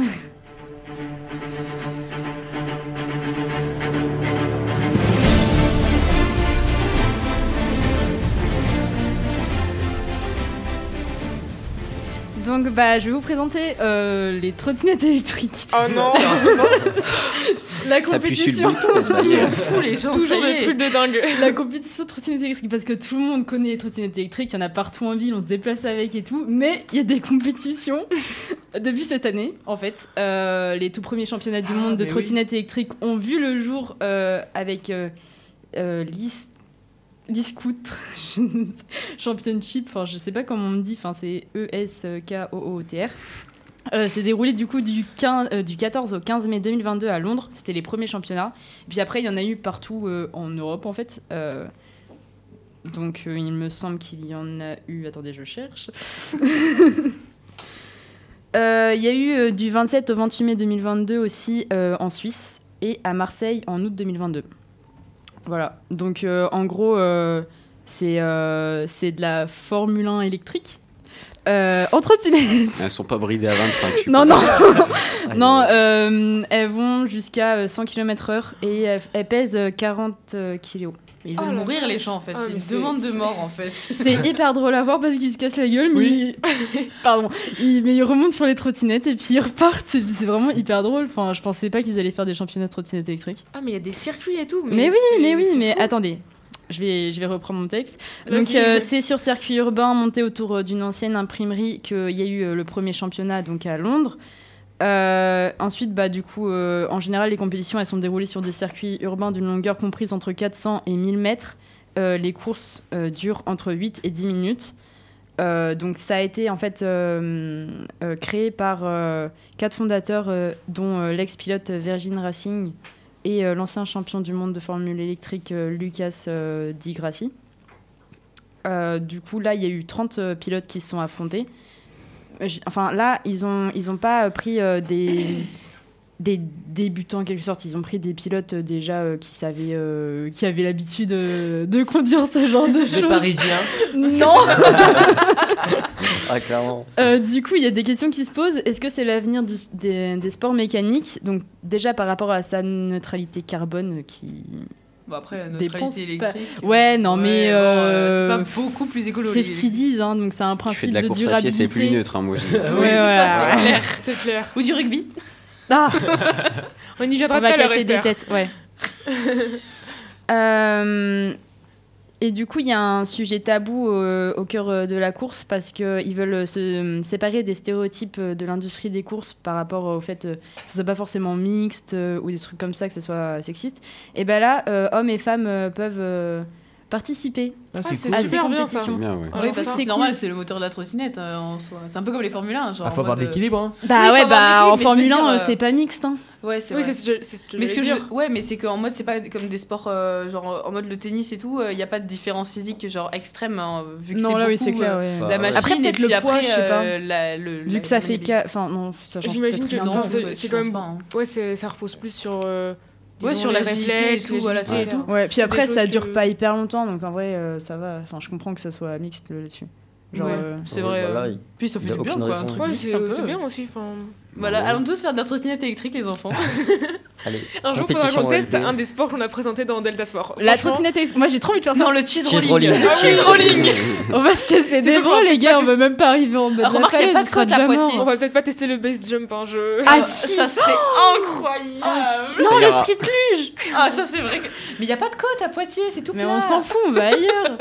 [SPEAKER 5] Donc, bah, je vais vous présenter euh, les trottinettes électriques.
[SPEAKER 4] Oh non
[SPEAKER 5] La
[SPEAKER 6] T'appuies
[SPEAKER 5] compétition.
[SPEAKER 6] sur le bouton, ça y
[SPEAKER 7] Ils
[SPEAKER 6] est.
[SPEAKER 7] sont fous les gens.
[SPEAKER 4] Toujours
[SPEAKER 7] ça y
[SPEAKER 4] des
[SPEAKER 7] est.
[SPEAKER 4] trucs de dingue
[SPEAKER 5] La compétition de trottinettes électriques, parce que tout le monde connaît les trottinettes électriques, il y en a partout en ville, on se déplace avec et tout, mais il y a des compétitions depuis cette année, en fait. Euh, les tout premiers championnats du
[SPEAKER 9] Ah,
[SPEAKER 5] monde de
[SPEAKER 9] mais oui.
[SPEAKER 5] trottinettes électriques ont vu le jour euh, avec euh, euh, l'Is- l'Iscoutre Championship, enfin je sais pas comment on me dit, enfin c'est E E-S-K-O-O-T-R. Euh, c'est déroulé du coup du, 15 euh, du 14 au 15 mai 2022 à Londres. C'était les premiers championnats. Et puis après, il y en a eu partout euh, en Europe en fait. Euh, donc euh, il me semble qu'il y en a eu. Attendez, je cherche. Euh, Il y a eu euh, du 27 au 28 mai 2022 aussi euh, en Suisse et à Marseille en août 2022. Voilà. Donc euh, en gros, euh, c'est euh, c'est de la Formule 1 électrique. euh, en trottinette.
[SPEAKER 6] Ah, Elles sont pas bridées à 25. je suis
[SPEAKER 5] Non,
[SPEAKER 6] pas
[SPEAKER 5] non,
[SPEAKER 6] sûr.
[SPEAKER 10] Ah,
[SPEAKER 5] non,
[SPEAKER 10] il-
[SPEAKER 5] euh, elles vont jusqu'à euh, 100 km/h et elles, elles pèsent euh, 40 euh, kilos.
[SPEAKER 7] Ils
[SPEAKER 4] Oh
[SPEAKER 7] veulent
[SPEAKER 4] là
[SPEAKER 7] mourir
[SPEAKER 4] là.
[SPEAKER 7] les gens en fait.
[SPEAKER 4] Ah,
[SPEAKER 7] c'est
[SPEAKER 4] mais
[SPEAKER 7] une
[SPEAKER 4] c'est-
[SPEAKER 7] demande de
[SPEAKER 4] c'est-
[SPEAKER 7] mort en fait.
[SPEAKER 5] C'est hyper drôle à voir parce qu'ils se cassent la gueule, mais, ils... Pardon. Ils- mais ils remontent sur les trottinettes et puis ils repartent. Et puis c'est vraiment hyper drôle. Enfin, je pensais pas qu'ils allaient faire des championnats de trottinettes électriques.
[SPEAKER 4] Ah, mais il y a des circuits et tout.
[SPEAKER 5] Mais, oui,
[SPEAKER 4] c'est-
[SPEAKER 5] mais oui,
[SPEAKER 4] c'est
[SPEAKER 5] mais
[SPEAKER 4] fou.
[SPEAKER 5] attendez. Je vais, je vais reprendre mon texte. Donc
[SPEAKER 4] Vas-y.
[SPEAKER 5] euh, c'est sur circuit urbain monté autour euh, d'une ancienne imprimerie qu'il y a eu euh, le premier championnat donc à Londres. Euh, ensuite, bah, du coup, euh, en général, les compétitions elles sont déroulées sur des circuits urbains d'une longueur comprise entre 400 et 1000 mètres. Euh, les courses euh, durent entre 8 et 10 minutes. Euh, donc ça a été en fait euh, euh, créé par euh, quatre fondateurs euh, dont euh, l'ex-pilote Virgin Racing et euh, l'ancien champion du monde de formule électrique euh, Lucas euh, Di Grassi. Euh, du coup, là, il y a eu 30 euh, pilotes qui se sont affrontés. Euh, j'- Enfin, là, ils n'ont ils ont pas euh, pris euh, des, des débutants en quelque sorte. Ils ont pris des pilotes euh, déjà euh, qui, savaient, euh, qui avaient l'habitude euh, de conduire ce genre de
[SPEAKER 9] Les
[SPEAKER 5] choses.
[SPEAKER 9] Parisiens.
[SPEAKER 5] Non
[SPEAKER 10] Ah, clairement.
[SPEAKER 5] Euh, du coup, il y a des questions qui se posent. Est-ce que c'est l'avenir du- des, des sports mécaniques Donc déjà par rapport à sa neutralité carbone euh, qui...
[SPEAKER 7] Bon, après, la
[SPEAKER 5] Dépense
[SPEAKER 7] neutralité
[SPEAKER 5] pas-
[SPEAKER 7] électrique.
[SPEAKER 5] Ouais, non, mais,
[SPEAKER 7] bon, euh,
[SPEAKER 5] euh,
[SPEAKER 7] c'est pas beaucoup plus écolo.
[SPEAKER 5] C'est ce qu'ils disent, hein, donc c'est un
[SPEAKER 6] Tu fais
[SPEAKER 5] principe
[SPEAKER 6] de la
[SPEAKER 5] de,
[SPEAKER 6] course à pied,
[SPEAKER 5] durabilité.
[SPEAKER 6] c'est plus neutre. hein, moi, je dis.
[SPEAKER 5] Ouais,
[SPEAKER 7] Oui, c'est ça,
[SPEAKER 5] ouais,
[SPEAKER 7] c'est
[SPEAKER 5] ouais.
[SPEAKER 7] clair.
[SPEAKER 4] C'est clair.
[SPEAKER 7] Ou du rugby.
[SPEAKER 5] Ah,
[SPEAKER 4] On y viendra
[SPEAKER 5] on
[SPEAKER 4] tout
[SPEAKER 5] va
[SPEAKER 4] à l'heure,
[SPEAKER 5] casser des
[SPEAKER 4] Esther.
[SPEAKER 5] têtes, ouais. Euh, et du coup, il y a un sujet tabou euh, au cœur euh, de la course parce qu'ils veulent se euh, séparer des stéréotypes euh, de l'industrie des courses par rapport au fait euh, que ce soit pas forcément mixte euh, ou des trucs comme ça, que ce soit sexiste. Et ben là, euh, hommes et femmes euh, peuvent euh, participer
[SPEAKER 9] Ah, c'est
[SPEAKER 4] c'est
[SPEAKER 9] cool.
[SPEAKER 5] à ces
[SPEAKER 4] super bien, ça.
[SPEAKER 5] compétitions.
[SPEAKER 6] Bien, ouais.
[SPEAKER 4] Ah,
[SPEAKER 7] oui,
[SPEAKER 4] enfin,
[SPEAKER 7] parce que
[SPEAKER 5] c'est
[SPEAKER 7] c'est normal, c'est le moteur de la trottinette euh, en soi. C'est un peu comme les Formule 1. Genre,
[SPEAKER 9] Ah,
[SPEAKER 7] en
[SPEAKER 9] faut avoir de
[SPEAKER 7] mode, euh,
[SPEAKER 9] l'équilibre. hein.
[SPEAKER 7] Oui,
[SPEAKER 5] Bah
[SPEAKER 7] faut
[SPEAKER 5] ouais,
[SPEAKER 7] avoir
[SPEAKER 5] bah en
[SPEAKER 7] l'équilibre, mais je veux
[SPEAKER 5] Formule 1,
[SPEAKER 7] dire,
[SPEAKER 5] euh,
[SPEAKER 7] euh,
[SPEAKER 5] c'est pas mixte. Hein.
[SPEAKER 7] Ouais, c'est
[SPEAKER 4] Oui,
[SPEAKER 7] vrai.
[SPEAKER 4] c'est ce que je- c'est ce que
[SPEAKER 7] Mais ce que
[SPEAKER 4] j'allais
[SPEAKER 7] je
[SPEAKER 4] dire.
[SPEAKER 7] ouais, mais c'est qu'en mode c'est pas comme des sports euh, genre en mode le tennis et tout, il n'y a pas de différence physique genre extrême hein, vu que c'est beaucoup, euh,
[SPEAKER 5] ouais.
[SPEAKER 10] bah,
[SPEAKER 7] la machine
[SPEAKER 5] Après,
[SPEAKER 7] et
[SPEAKER 5] peut-être
[SPEAKER 7] puis
[SPEAKER 5] le
[SPEAKER 7] après,
[SPEAKER 5] poids, je sais pas.
[SPEAKER 7] euh, la- le-
[SPEAKER 5] Vu
[SPEAKER 7] la-
[SPEAKER 5] que ça
[SPEAKER 7] la
[SPEAKER 5] fait
[SPEAKER 7] maniabilité.
[SPEAKER 5] ca- Enfin, non, ça change
[SPEAKER 4] J'imagine
[SPEAKER 5] peut-être
[SPEAKER 4] que
[SPEAKER 5] rien.
[SPEAKER 4] non,
[SPEAKER 5] Enfin,
[SPEAKER 7] je-
[SPEAKER 4] c'est- c'est
[SPEAKER 7] je
[SPEAKER 4] quand
[SPEAKER 7] pense
[SPEAKER 4] même-
[SPEAKER 7] pas, hein.
[SPEAKER 4] Ouais, c'est- ça repose plus sur. euh,
[SPEAKER 7] Ouais,
[SPEAKER 4] disons,
[SPEAKER 7] sur
[SPEAKER 4] les
[SPEAKER 7] l'agilité et
[SPEAKER 4] réflexes,
[SPEAKER 7] tout,
[SPEAKER 4] les
[SPEAKER 7] voilà,
[SPEAKER 4] agilités
[SPEAKER 7] c'est-
[SPEAKER 4] et tout.
[SPEAKER 5] Ouais, puis
[SPEAKER 4] C'est
[SPEAKER 5] après,
[SPEAKER 4] des choses
[SPEAKER 5] ça dure
[SPEAKER 4] que-
[SPEAKER 5] pas hyper longtemps, donc en vrai, euh, ça va. Enfin, je comprends que ça soit mixte euh, là-dessus. Genre,
[SPEAKER 7] Ouais.
[SPEAKER 5] euh,
[SPEAKER 7] C'est vrai.
[SPEAKER 10] Voilà,
[SPEAKER 7] euh,
[SPEAKER 10] il-
[SPEAKER 7] Puis ça fait
[SPEAKER 10] y a
[SPEAKER 7] du bien
[SPEAKER 10] aucune
[SPEAKER 7] quoi.
[SPEAKER 10] raison.
[SPEAKER 7] un truc
[SPEAKER 4] Ouais,
[SPEAKER 7] mixte,
[SPEAKER 4] c'est
[SPEAKER 7] un peu.
[SPEAKER 4] c'est bien aussi. enfin.
[SPEAKER 7] Voilà,
[SPEAKER 10] Ouais.
[SPEAKER 7] allons tous faire de la trottinette électrique les enfants.
[SPEAKER 10] Allez.
[SPEAKER 4] Un jour, faudra
[SPEAKER 10] Compétition
[SPEAKER 4] qu'on teste
[SPEAKER 10] OLD.
[SPEAKER 4] un des sports qu'on a présenté dans Delta Sport.
[SPEAKER 5] La
[SPEAKER 4] Franchement,
[SPEAKER 5] trottinette, ex- moi j'ai trop envie de faire ça. Oh,
[SPEAKER 7] Non, le cheese
[SPEAKER 10] Cheese
[SPEAKER 7] rolling.
[SPEAKER 10] rolling.
[SPEAKER 5] Ah,
[SPEAKER 7] Le cheese rolling.
[SPEAKER 5] On va se casser des
[SPEAKER 4] sûr qu'on
[SPEAKER 5] bras,
[SPEAKER 4] va
[SPEAKER 5] les
[SPEAKER 4] peut-être
[SPEAKER 5] gars,
[SPEAKER 4] pas
[SPEAKER 5] on va même pas arriver en bas
[SPEAKER 7] Ah,
[SPEAKER 5] de
[SPEAKER 7] remarque,
[SPEAKER 5] la
[SPEAKER 7] y a
[SPEAKER 5] falaise,
[SPEAKER 7] pas
[SPEAKER 5] on
[SPEAKER 7] de
[SPEAKER 5] sera
[SPEAKER 7] côte à
[SPEAKER 5] déjà
[SPEAKER 7] Poitiers.
[SPEAKER 4] On
[SPEAKER 5] mort.
[SPEAKER 4] va peut-être pas tester le base jump hein, un jeu.
[SPEAKER 5] Ah, si
[SPEAKER 7] Ça serait
[SPEAKER 4] incroyable.
[SPEAKER 5] Non,
[SPEAKER 6] Ça
[SPEAKER 5] le
[SPEAKER 6] ira.
[SPEAKER 5] street luge
[SPEAKER 7] Ah, ça c'est vrai. que- Mais il n'y a pas de côte à Poitiers, c'est tout
[SPEAKER 5] Mais
[SPEAKER 7] plat.
[SPEAKER 5] on s'en fout, on va ailleurs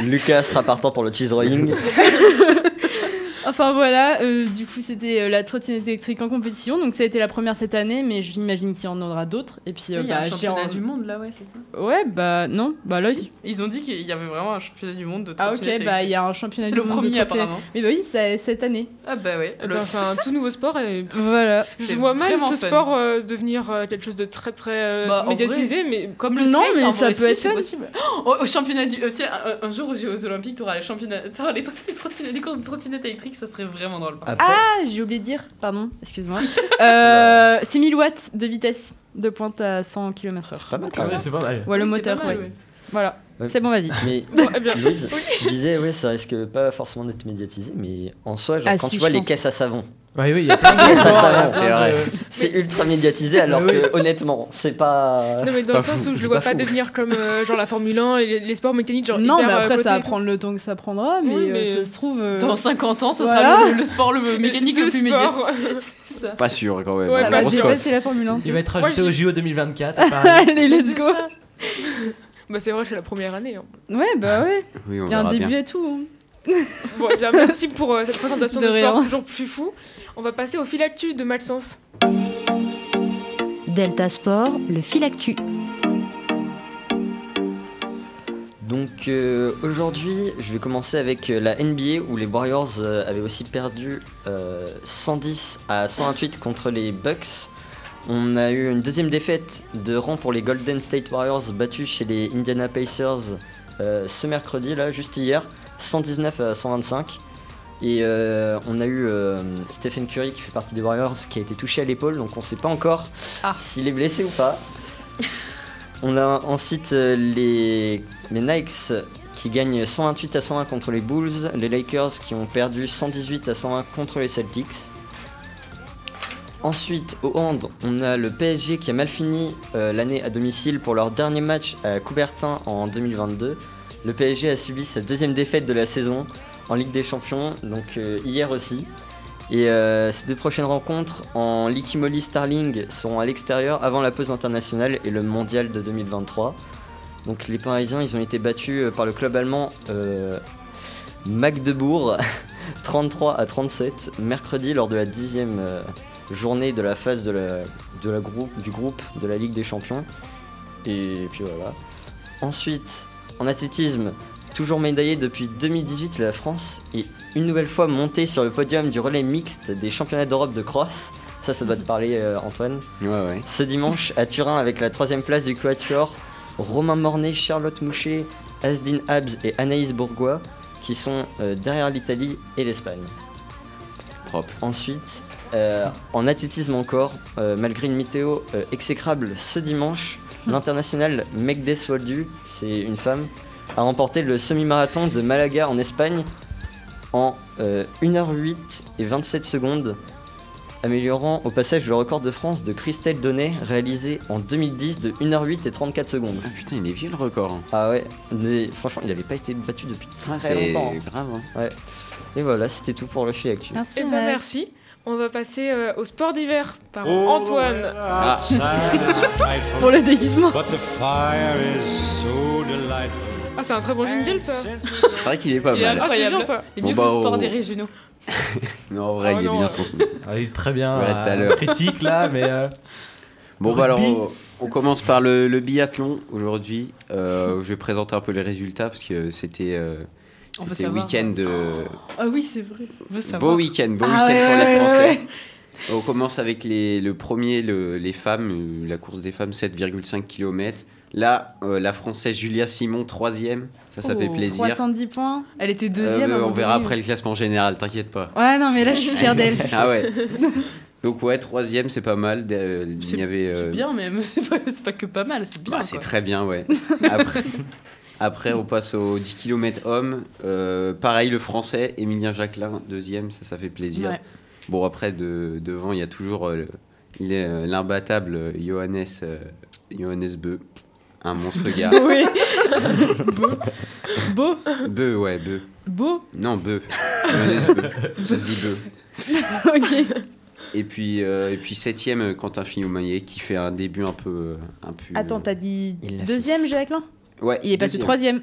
[SPEAKER 10] Lucas sera partant pour le cheese rolling.
[SPEAKER 5] Enfin voilà, euh, du coup c'était euh, la trottinette électrique en compétition, donc ça a été la première cette année, mais j'imagine qu'il y en aura d'autres. Et puis,
[SPEAKER 7] Il
[SPEAKER 5] euh,
[SPEAKER 7] y
[SPEAKER 5] bah,
[SPEAKER 7] a un
[SPEAKER 5] j'ai
[SPEAKER 7] championnat
[SPEAKER 5] en-
[SPEAKER 7] du monde là, ouais, c'est ça.
[SPEAKER 5] Ouais, bah non, bah là. il-
[SPEAKER 7] Si. Ils ont dit qu'il y avait vraiment un championnat du monde de
[SPEAKER 5] Ah
[SPEAKER 7] trottinette
[SPEAKER 5] ok, bah il
[SPEAKER 7] électrique.
[SPEAKER 5] y a un championnat
[SPEAKER 7] C'est
[SPEAKER 5] du
[SPEAKER 7] le
[SPEAKER 5] monde de
[SPEAKER 7] premier
[SPEAKER 5] trottinette.
[SPEAKER 7] apparemment.
[SPEAKER 5] Mais bah oui, c'est cette année.
[SPEAKER 7] Ah bah ouais.
[SPEAKER 4] Eh
[SPEAKER 7] le-
[SPEAKER 4] ben, C'est un tout nouveau sport et
[SPEAKER 5] Voilà.
[SPEAKER 4] je
[SPEAKER 7] C'est
[SPEAKER 4] vois mal
[SPEAKER 7] vraiment
[SPEAKER 4] ce
[SPEAKER 7] fun.
[SPEAKER 4] sport euh, devenir euh, quelque chose de très très euh,
[SPEAKER 7] Bah, en
[SPEAKER 4] médiatisé, mais Ah,
[SPEAKER 7] Comme le
[SPEAKER 5] Non,
[SPEAKER 7] skate,
[SPEAKER 5] mais
[SPEAKER 7] en
[SPEAKER 5] ça
[SPEAKER 7] vrai,
[SPEAKER 5] peut
[SPEAKER 7] si,
[SPEAKER 5] être
[SPEAKER 7] c'est
[SPEAKER 5] fun.
[SPEAKER 7] possible. Oh, au championnat du. euh, tiens, un, un jour aux Jeux Olympiques, t'auras les championnats. T'auras les, tro- les trottinettes, les courses de trottinettes électriques, ça serait vraiment drôle. par
[SPEAKER 10] Après,
[SPEAKER 5] Ah, j'ai oublié de dire, pardon, excuse-moi. Euh, 6000 watts de vitesse de pointe à 100 km/h.
[SPEAKER 10] pas mal, quand
[SPEAKER 9] Ah,
[SPEAKER 10] même.
[SPEAKER 9] C'est pas mal.
[SPEAKER 5] Ouais, le
[SPEAKER 7] contre. C'est
[SPEAKER 5] moteur,
[SPEAKER 7] pas mal,
[SPEAKER 5] ouais. Voilà,
[SPEAKER 10] Ouais.
[SPEAKER 5] c'est bon, vas-y.
[SPEAKER 10] Mais
[SPEAKER 4] Bon, eh bien,
[SPEAKER 10] Louise, tu disais, ouais, ça risque pas forcément d'être médiatisé, mais en soi, genre,
[SPEAKER 5] Ah,
[SPEAKER 10] quand
[SPEAKER 5] si,
[SPEAKER 10] tu vois
[SPEAKER 5] je
[SPEAKER 10] les
[SPEAKER 5] pense.
[SPEAKER 10] caisses à savon,
[SPEAKER 9] Ouais, oui, il y a plein de
[SPEAKER 10] Ça, ça,
[SPEAKER 9] sports, il y a
[SPEAKER 10] c'est
[SPEAKER 9] plein de-
[SPEAKER 10] c'est ultra médiatisé, alors
[SPEAKER 9] Mais oui.
[SPEAKER 10] que honnêtement, c'est pas.
[SPEAKER 4] non mais dans
[SPEAKER 6] pas
[SPEAKER 4] le sens
[SPEAKER 6] fou,
[SPEAKER 4] où je
[SPEAKER 6] c'est
[SPEAKER 4] le vois
[SPEAKER 6] pas
[SPEAKER 4] pas
[SPEAKER 6] fou.
[SPEAKER 4] devenir comme euh, genre la Formule 1 et les, les sports mécaniques genre
[SPEAKER 5] non,
[SPEAKER 4] hyper,
[SPEAKER 5] mais
[SPEAKER 4] euh,
[SPEAKER 5] après,
[SPEAKER 4] cotés et
[SPEAKER 5] ça va
[SPEAKER 4] tout.
[SPEAKER 5] prendre le temps que ça prendra, mais,
[SPEAKER 4] Oui,
[SPEAKER 5] euh,
[SPEAKER 4] mais-
[SPEAKER 5] ça se trouve. euh,
[SPEAKER 7] Dans 50 ans, ça sera
[SPEAKER 5] Voilà.
[SPEAKER 7] le, le sport le mécanique le,
[SPEAKER 4] Ce
[SPEAKER 7] plus médiatisé.
[SPEAKER 4] sport.
[SPEAKER 7] C'est ça.
[SPEAKER 6] Pas sûr quand même.
[SPEAKER 4] Ouais,
[SPEAKER 5] ça va,
[SPEAKER 6] La
[SPEAKER 4] bah,
[SPEAKER 6] grosse
[SPEAKER 5] c'est
[SPEAKER 4] c'est-
[SPEAKER 6] cote.
[SPEAKER 5] ouais, c'est la Formule 1.
[SPEAKER 9] Il va être
[SPEAKER 4] Moi,
[SPEAKER 9] ajouté
[SPEAKER 4] je-
[SPEAKER 9] au JO 2024 à Paris.
[SPEAKER 5] Allez, let's
[SPEAKER 7] C'est
[SPEAKER 5] go
[SPEAKER 7] ça.
[SPEAKER 4] Bah c'est vrai, c'est la première année. hein.
[SPEAKER 5] Ouais, bah ouais,
[SPEAKER 6] Oui, on
[SPEAKER 5] il y a un
[SPEAKER 6] verra
[SPEAKER 5] début
[SPEAKER 6] bien.
[SPEAKER 5] et tout. hein.
[SPEAKER 4] Bon, eh bien, merci pour euh, cette présentation
[SPEAKER 5] De
[SPEAKER 4] de, sport
[SPEAKER 5] rien.
[SPEAKER 4] toujours plus fou. On va passer au fil actu de Malsens.
[SPEAKER 1] Delta Sport, le fil actu.
[SPEAKER 10] Donc euh, aujourd'hui, je vais commencer avec euh, la NBA où les Warriors euh, avaient aussi perdu euh, 110 à 128 contre les Bucks. On a eu une deuxième défaite de rang pour les Golden State Warriors battus chez les Indiana Pacers euh, ce mercredi, là, juste hier, 119 à 125. Et euh, on a eu euh, Stephen Curry qui fait partie des Warriors qui a été touché à l'épaule, donc on sait pas encore
[SPEAKER 7] Ah.
[SPEAKER 10] s'il est blessé ou pas. On a ensuite euh, les, les Nikes qui gagnent 128 à 101 contre les Bulls, les Lakers qui ont perdu 118 à 101 contre les Celtics. Ensuite, au hand, on a le PSG qui a mal fini euh, l'année à domicile pour leur dernier match à Coubertin en 2022. Le PSG a subi sa deuxième défaite de la saison en Ligue des Champions, donc euh, hier aussi. Et euh, ces deux prochaines rencontres en Likimoli Starling seront à l'extérieur avant la pause internationale et le mondial de 2023. Donc les Parisiens, ils ont été battus euh, par le club allemand euh, Magdebourg 33 à 37 mercredi lors de la dixième euh, journée de la phase de la, de la groupe, du groupe de la Ligue des Champions. Et puis voilà. Ensuite, en athlétisme, toujours médaillée depuis 2018, la France est une nouvelle fois montée sur le podium du relais mixte des championnats d'Europe de cross. Ça, ça doit te parler, euh, Antoine.
[SPEAKER 6] Ouais, ouais.
[SPEAKER 10] Ce dimanche, à Turin, avec la troisième place du Quatuor, Romain Mornet, Charlotte Moucher, Asdine Habs et Anaïs Bourgois, qui sont euh, derrière l'Italie et l'Espagne.
[SPEAKER 6] Propre.
[SPEAKER 10] Ensuite, euh, en athlétisme encore, euh, malgré une météo euh, exécrable ce dimanche, l'internationale Megdes Waldu, c'est une femme, a remporté le semi-marathon de Malaga en Espagne en euh, 1h08 et 27 secondes, améliorant au passage le record de France de Christelle Donnet réalisé en 2010 de 1h08 et 34 secondes.
[SPEAKER 6] Ah putain, il est vieux le record. hein.
[SPEAKER 10] Ah ouais, mais franchement, il n'avait pas été battu depuis très
[SPEAKER 6] Ah, c'est
[SPEAKER 10] longtemps.
[SPEAKER 6] grave. hein.
[SPEAKER 10] Et voilà, c'était tout pour le fil actuel.
[SPEAKER 5] Merci.
[SPEAKER 4] Eh ben
[SPEAKER 5] Maëlle.
[SPEAKER 4] merci. On va passer euh, au sport d'hiver par
[SPEAKER 6] Oh.
[SPEAKER 4] Antoine.
[SPEAKER 5] Pour le déguisement.
[SPEAKER 4] Ah, c'est un très bon jingle ça.
[SPEAKER 6] C'est vrai qu'il est pas
[SPEAKER 7] Il est
[SPEAKER 6] mal.
[SPEAKER 4] Ah, c'est
[SPEAKER 7] incroyable.
[SPEAKER 4] bien ça.
[SPEAKER 7] Et
[SPEAKER 6] Bon,
[SPEAKER 7] mieux
[SPEAKER 6] bah,
[SPEAKER 7] que le sport
[SPEAKER 6] oh.
[SPEAKER 7] des régionaux.
[SPEAKER 6] Non, en vrai,
[SPEAKER 4] Oh
[SPEAKER 6] il est
[SPEAKER 4] non.
[SPEAKER 6] bien son son.
[SPEAKER 9] Ah, il est très bien.
[SPEAKER 6] Ouais,
[SPEAKER 9] euh,
[SPEAKER 6] tout à l'heure.
[SPEAKER 9] critique là, mais. euh,
[SPEAKER 6] Bon,
[SPEAKER 9] Le
[SPEAKER 6] bah alors,
[SPEAKER 9] rugby.
[SPEAKER 6] on, on commence par le, le biathlon aujourd'hui. Euh, je vais présenter un peu les résultats parce que c'était euh,
[SPEAKER 7] On veut
[SPEAKER 6] c'était
[SPEAKER 7] savoir.
[SPEAKER 6] week-end de.
[SPEAKER 7] Ah oui, c'est vrai. Je veux
[SPEAKER 6] Beau
[SPEAKER 7] savoir.
[SPEAKER 6] week-end, beau
[SPEAKER 5] Ah
[SPEAKER 6] week-end
[SPEAKER 5] ouais, ouais,
[SPEAKER 6] pour les
[SPEAKER 5] ouais,
[SPEAKER 6] Français.
[SPEAKER 5] ouais.
[SPEAKER 6] On commence avec les- le premier, le- les femmes, euh, la course des femmes, 7,5 km. Là, euh, la Française Julia Simon, troisième. Ça, ça
[SPEAKER 7] Oh,
[SPEAKER 6] fait plaisir.
[SPEAKER 5] 310 points.
[SPEAKER 7] Elle était deuxième.
[SPEAKER 6] Euh,
[SPEAKER 7] à un
[SPEAKER 6] on
[SPEAKER 7] moment
[SPEAKER 6] verra
[SPEAKER 7] donné.
[SPEAKER 6] après le classement général, t'inquiète pas.
[SPEAKER 5] Ouais, non, mais là, je suis fière d'elle.
[SPEAKER 6] Ah ouais. Donc ouais, troisième, c'est pas mal. Euh, Il y avait.
[SPEAKER 7] C'est
[SPEAKER 6] euh,
[SPEAKER 7] bien, même. c'est pas- c'est pas que pas mal, c'est bien.
[SPEAKER 6] bah, c'est
[SPEAKER 7] quoi.
[SPEAKER 6] très bien, ouais. Après, après, on passe aux 10 km hommes. Euh, pareil, le français, Émilien Jacquelin, deuxième, ça, ça fait plaisir.
[SPEAKER 5] Ouais.
[SPEAKER 6] Bon, après, de, devant, il y a toujours euh, le- il est, euh, l'imbattable euh, Johannes, euh, Johannes Beu. Un monstre gars.
[SPEAKER 5] Oui.
[SPEAKER 7] beau.
[SPEAKER 6] Beu, ouais, Beu.
[SPEAKER 7] Beau.
[SPEAKER 6] Non, Beu. Johannes Beu. Ça se dit Beu.
[SPEAKER 5] ok.
[SPEAKER 6] Et puis, euh, et puis septième, euh, Quentin Fillon-Maillet, qui fait un début un peu... euh, Un peu
[SPEAKER 5] Attends, t'as dit
[SPEAKER 10] Il l'a
[SPEAKER 5] deuxième,
[SPEAKER 10] fait.
[SPEAKER 5] Jacques Lan
[SPEAKER 6] Ouais,
[SPEAKER 5] Il est passé
[SPEAKER 6] deuxième.
[SPEAKER 5] troisième.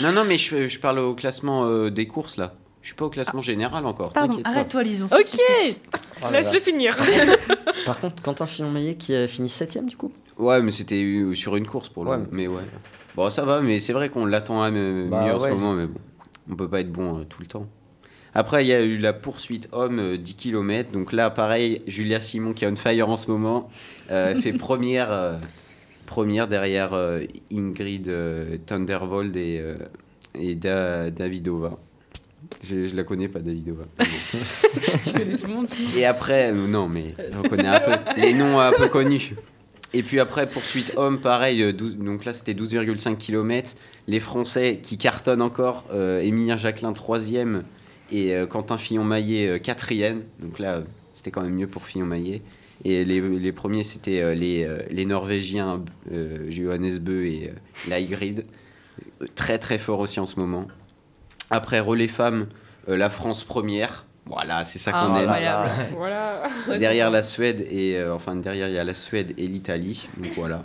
[SPEAKER 6] Non, non, mais je, je parle au classement euh, des courses, là. Je suis pas au classement
[SPEAKER 5] Ah.
[SPEAKER 6] général encore.
[SPEAKER 5] Pardon,
[SPEAKER 6] t'inquiète pas.
[SPEAKER 5] arrête-toi, Lison.
[SPEAKER 4] Ok.
[SPEAKER 5] s'il te plaît.
[SPEAKER 10] Oh
[SPEAKER 5] Eh
[SPEAKER 6] Ah,
[SPEAKER 10] là là.
[SPEAKER 4] Laisse-le finir.
[SPEAKER 10] Par contre, Quentin Fillon-Maillet qui a fini 7ème du coup
[SPEAKER 6] Ouais, mais c'était euh, sur une course pour le
[SPEAKER 10] Ouais.
[SPEAKER 6] moment. Mais ouais. Bon, ça va, mais c'est vrai qu'on l'attend hein, euh, mieux
[SPEAKER 10] Bah
[SPEAKER 6] en ce
[SPEAKER 10] ouais.
[SPEAKER 6] moment, mais bon, on peut pas être bon euh, tout le temps. Après, il y a eu la poursuite homme euh, 10 km. Donc là, pareil, Julia Simon qui est on fire en ce moment, euh, fait première, euh, première derrière euh, Ingrid euh, Thundervold et, euh, et Da- Davidova. Je, je la connais pas, Davidova.
[SPEAKER 7] Tu connais tout le monde, sinon.
[SPEAKER 6] Et après, euh, non, mais on connaît un peu les noms euh, un peu connus. Et puis après, poursuite homme, pareil, euh, 12 donc là c'était 12,5 km. Les Français qui cartonnent encore, euh, Émilien Jacquelin 3e et euh, Quentin Fillon-Maillet 4e. Donc là, euh, c'était quand même mieux pour Fillon-Maillet. Et les, les premiers, c'était euh, les, euh, les Norvégiens, euh, Johannes Bö et euh, Laigrid. Euh, Très très fort aussi en ce moment. Après, relais femmes, euh, la France première. Voilà, c'est ça
[SPEAKER 10] Ah,
[SPEAKER 6] qu'on aime.
[SPEAKER 7] Incroyable.
[SPEAKER 4] voilà.
[SPEAKER 6] Derrière la Suède et euh, enfin derrière il y a la Suède et l'Italie. Donc voilà,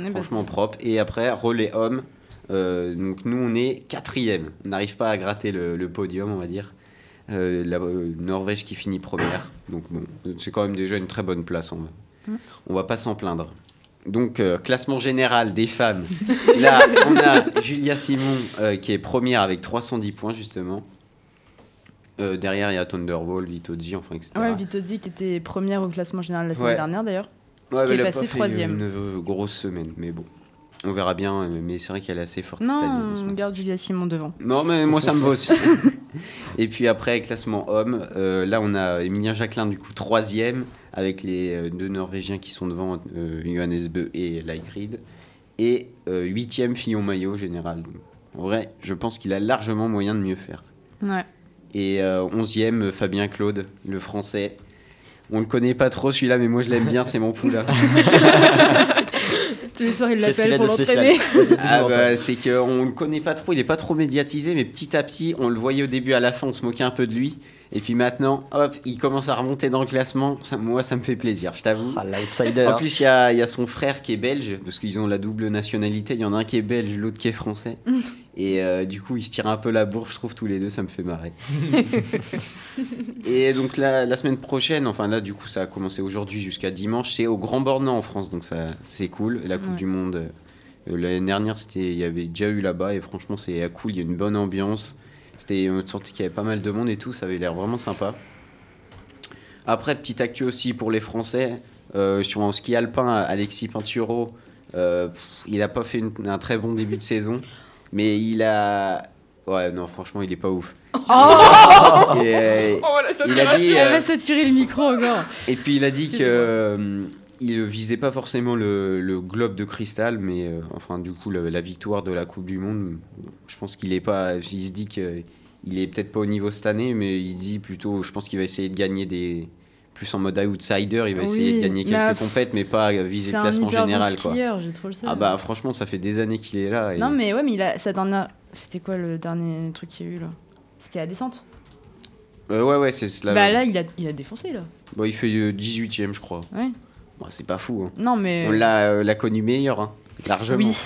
[SPEAKER 5] Eh ben,
[SPEAKER 6] franchement propre. Et après relais hommes. Euh, donc nous on est quatrième. On n'arrive pas à gratter le, le podium, on va dire. Euh, la euh, Norvège qui finit première. Donc bon, c'est quand même déjà une très bonne place. On va, on va pas s'en plaindre. Donc euh, classement général des femmes. Là on a Julia Simon euh, qui est première avec 310 points justement. Euh, derrière il y a Thunderbolt, Vitozzi, enfin etc.
[SPEAKER 5] Ah Ouais, Vitozzi qui était première au classement général la semaine
[SPEAKER 6] Ouais.
[SPEAKER 5] dernière d'ailleurs.
[SPEAKER 6] Ouais,
[SPEAKER 5] qui
[SPEAKER 6] mais
[SPEAKER 5] est
[SPEAKER 6] elle a
[SPEAKER 5] passée
[SPEAKER 6] pas fait
[SPEAKER 5] troisième.
[SPEAKER 6] Une, euh, grosse semaine, mais bon. On verra bien, euh, mais c'est vrai qu'elle est assez forte. cette année, en
[SPEAKER 5] Non,
[SPEAKER 6] ce
[SPEAKER 5] on
[SPEAKER 6] moment.
[SPEAKER 5] garde Julia Simon devant.
[SPEAKER 6] non mais moi ça me va aussi. Et puis après, classement homme, euh, là on a Emilien Jacquelin du coup troisième, avec les euh, deux Norvégiens qui sont devant, euh, Johannes Bö et Lygrid. Et euh, huitième, Fillon Maillot général. Donc, en vrai, je pense qu'il a largement moyen de mieux faire.
[SPEAKER 5] Ouais.
[SPEAKER 6] Et euh, onzième, Fabien Claude, le français. On le connaît pas trop celui-là, mais moi je l'aime bien, c'est mon poulain.
[SPEAKER 5] Tous les soirs, il
[SPEAKER 10] Qu'est-ce qu'il
[SPEAKER 5] l'appelle
[SPEAKER 10] a
[SPEAKER 5] pour
[SPEAKER 10] de spécial
[SPEAKER 5] l'entraîner.
[SPEAKER 6] Ah bah, c'est qu'on le connaît pas trop, il est pas trop médiatisé, mais petit à petit, on le voyait au début à la fin, on se moquait un peu de lui. Et puis maintenant, hop, il commence à remonter dans le classement. Ça, moi, ça me fait plaisir, je t'avoue.
[SPEAKER 10] Ah, l'outsider.
[SPEAKER 6] En plus, il y a, il y a son frère qui est belge, parce qu'ils ont la double nationalité. Il y en a un qui est belge, l'autre qui est français. Et euh, du coup, ils se tirent un peu la bourre, je trouve, tous les deux, ça me fait marrer. et donc, la, la semaine prochaine, enfin là, du coup, ça a commencé aujourd'hui jusqu'à dimanche, c'est au Grand Bornand en France, donc ça, c'est cool. La Coupe
[SPEAKER 5] Ouais.
[SPEAKER 6] du Monde, euh, l'année dernière, c'était- il y avait déjà eu là-bas, et franchement, c'est cool, il y a une bonne ambiance. C'était, on sentait qu'il y avait pas mal de monde et tout, ça avait l'air vraiment sympa. Après, petite actu aussi pour les Français, euh, sur en ski alpin, Alexis Pinturo, euh, pff, il a pas fait une- un très bon début de saison, mais il a. Ouais, non, franchement, il est pas ouf. et, euh,
[SPEAKER 4] Oh, voilà, ça
[SPEAKER 6] il a dit,
[SPEAKER 5] Elle
[SPEAKER 6] euh,
[SPEAKER 5] va se tirer le micro encore.
[SPEAKER 6] et puis il a dit que euh, il visait pas forcément le, le globe de cristal, mais euh, enfin du coup le- la victoire de la Coupe du Monde, je pense qu'il est pas, il se dit que il est peut-être pas au niveau cette année, mais il dit plutôt, je pense qu'il va essayer de gagner des plus en mode outsider, il va
[SPEAKER 5] Oui,
[SPEAKER 6] essayer de gagner
[SPEAKER 5] mais pff,
[SPEAKER 6] quelques compètes, mais pas viser
[SPEAKER 5] C'est
[SPEAKER 6] le
[SPEAKER 5] un
[SPEAKER 6] classement
[SPEAKER 5] hyper
[SPEAKER 6] général
[SPEAKER 5] bon
[SPEAKER 6] quoi.
[SPEAKER 5] skieur, j'ai trop le seum.
[SPEAKER 6] Ah bah franchement, ça fait des années qu'il est là. et-
[SPEAKER 5] Non, mais ouais, mais il a sa dernière. C'était quoi le dernier truc qu'il y a eu là C'était la descente.
[SPEAKER 6] Euh, ouais ouais, c'est cela.
[SPEAKER 5] Bah là, il a, il a défoncé là.
[SPEAKER 6] Bon, il fait 18 e je crois.
[SPEAKER 5] Ouais.
[SPEAKER 6] Bon, c'est pas fou. hein.
[SPEAKER 5] Non, mais.
[SPEAKER 6] On l'a euh, l'a connu meilleur, hein, largement.
[SPEAKER 5] Oui.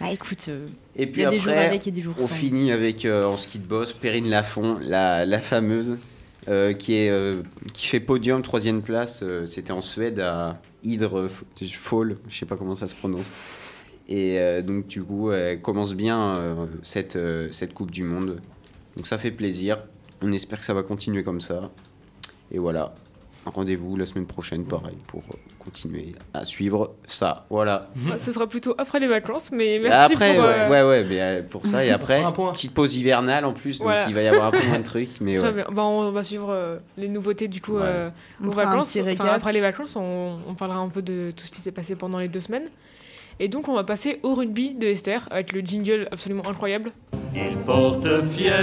[SPEAKER 5] Bah écoute, euh,
[SPEAKER 6] Et
[SPEAKER 5] il
[SPEAKER 6] puis
[SPEAKER 5] y a
[SPEAKER 6] après,
[SPEAKER 5] des jours avec et des jours
[SPEAKER 6] On
[SPEAKER 5] sans.
[SPEAKER 6] finit avec euh, en ski de boss Perrine Lafont, la, la fameuse, euh, qui, est, euh, qui fait podium, troisième place. euh, C'était en Suède à Hydre Fall, je sais pas comment ça se prononce. Et euh, donc, du coup, elle commence bien euh, cette, euh, cette Coupe du Monde. Donc, ça fait plaisir. On espère que ça va continuer comme ça. Et voilà, rendez-vous la semaine prochaine, pareil, pour euh, continuer à suivre ça. Voilà.
[SPEAKER 4] Ouais, Ah, ce sera plutôt après les vacances, mais merci
[SPEAKER 6] après,
[SPEAKER 4] pour.
[SPEAKER 6] ouais,
[SPEAKER 4] euh,
[SPEAKER 6] ouais, ouais, mais, euh, pour ça. Et après,
[SPEAKER 9] un point.
[SPEAKER 6] petite pause hivernale en plus, donc
[SPEAKER 4] Voilà.
[SPEAKER 6] il va y avoir un peu moins de trucs. Mais
[SPEAKER 4] Très
[SPEAKER 6] ouais.
[SPEAKER 4] bien. Bah, on va suivre euh, les nouveautés du coup
[SPEAKER 6] Ouais.
[SPEAKER 4] euh,
[SPEAKER 5] On
[SPEAKER 4] aux
[SPEAKER 5] fera un
[SPEAKER 4] vacances.
[SPEAKER 5] petit
[SPEAKER 4] Enfin,
[SPEAKER 5] récap.
[SPEAKER 4] après les vacances, on, on parlera un peu de tout ce qui s'est passé pendant les deux semaines. Et donc, on va passer au rugby de Esther avec le jingle absolument incroyable.
[SPEAKER 2] Ils portent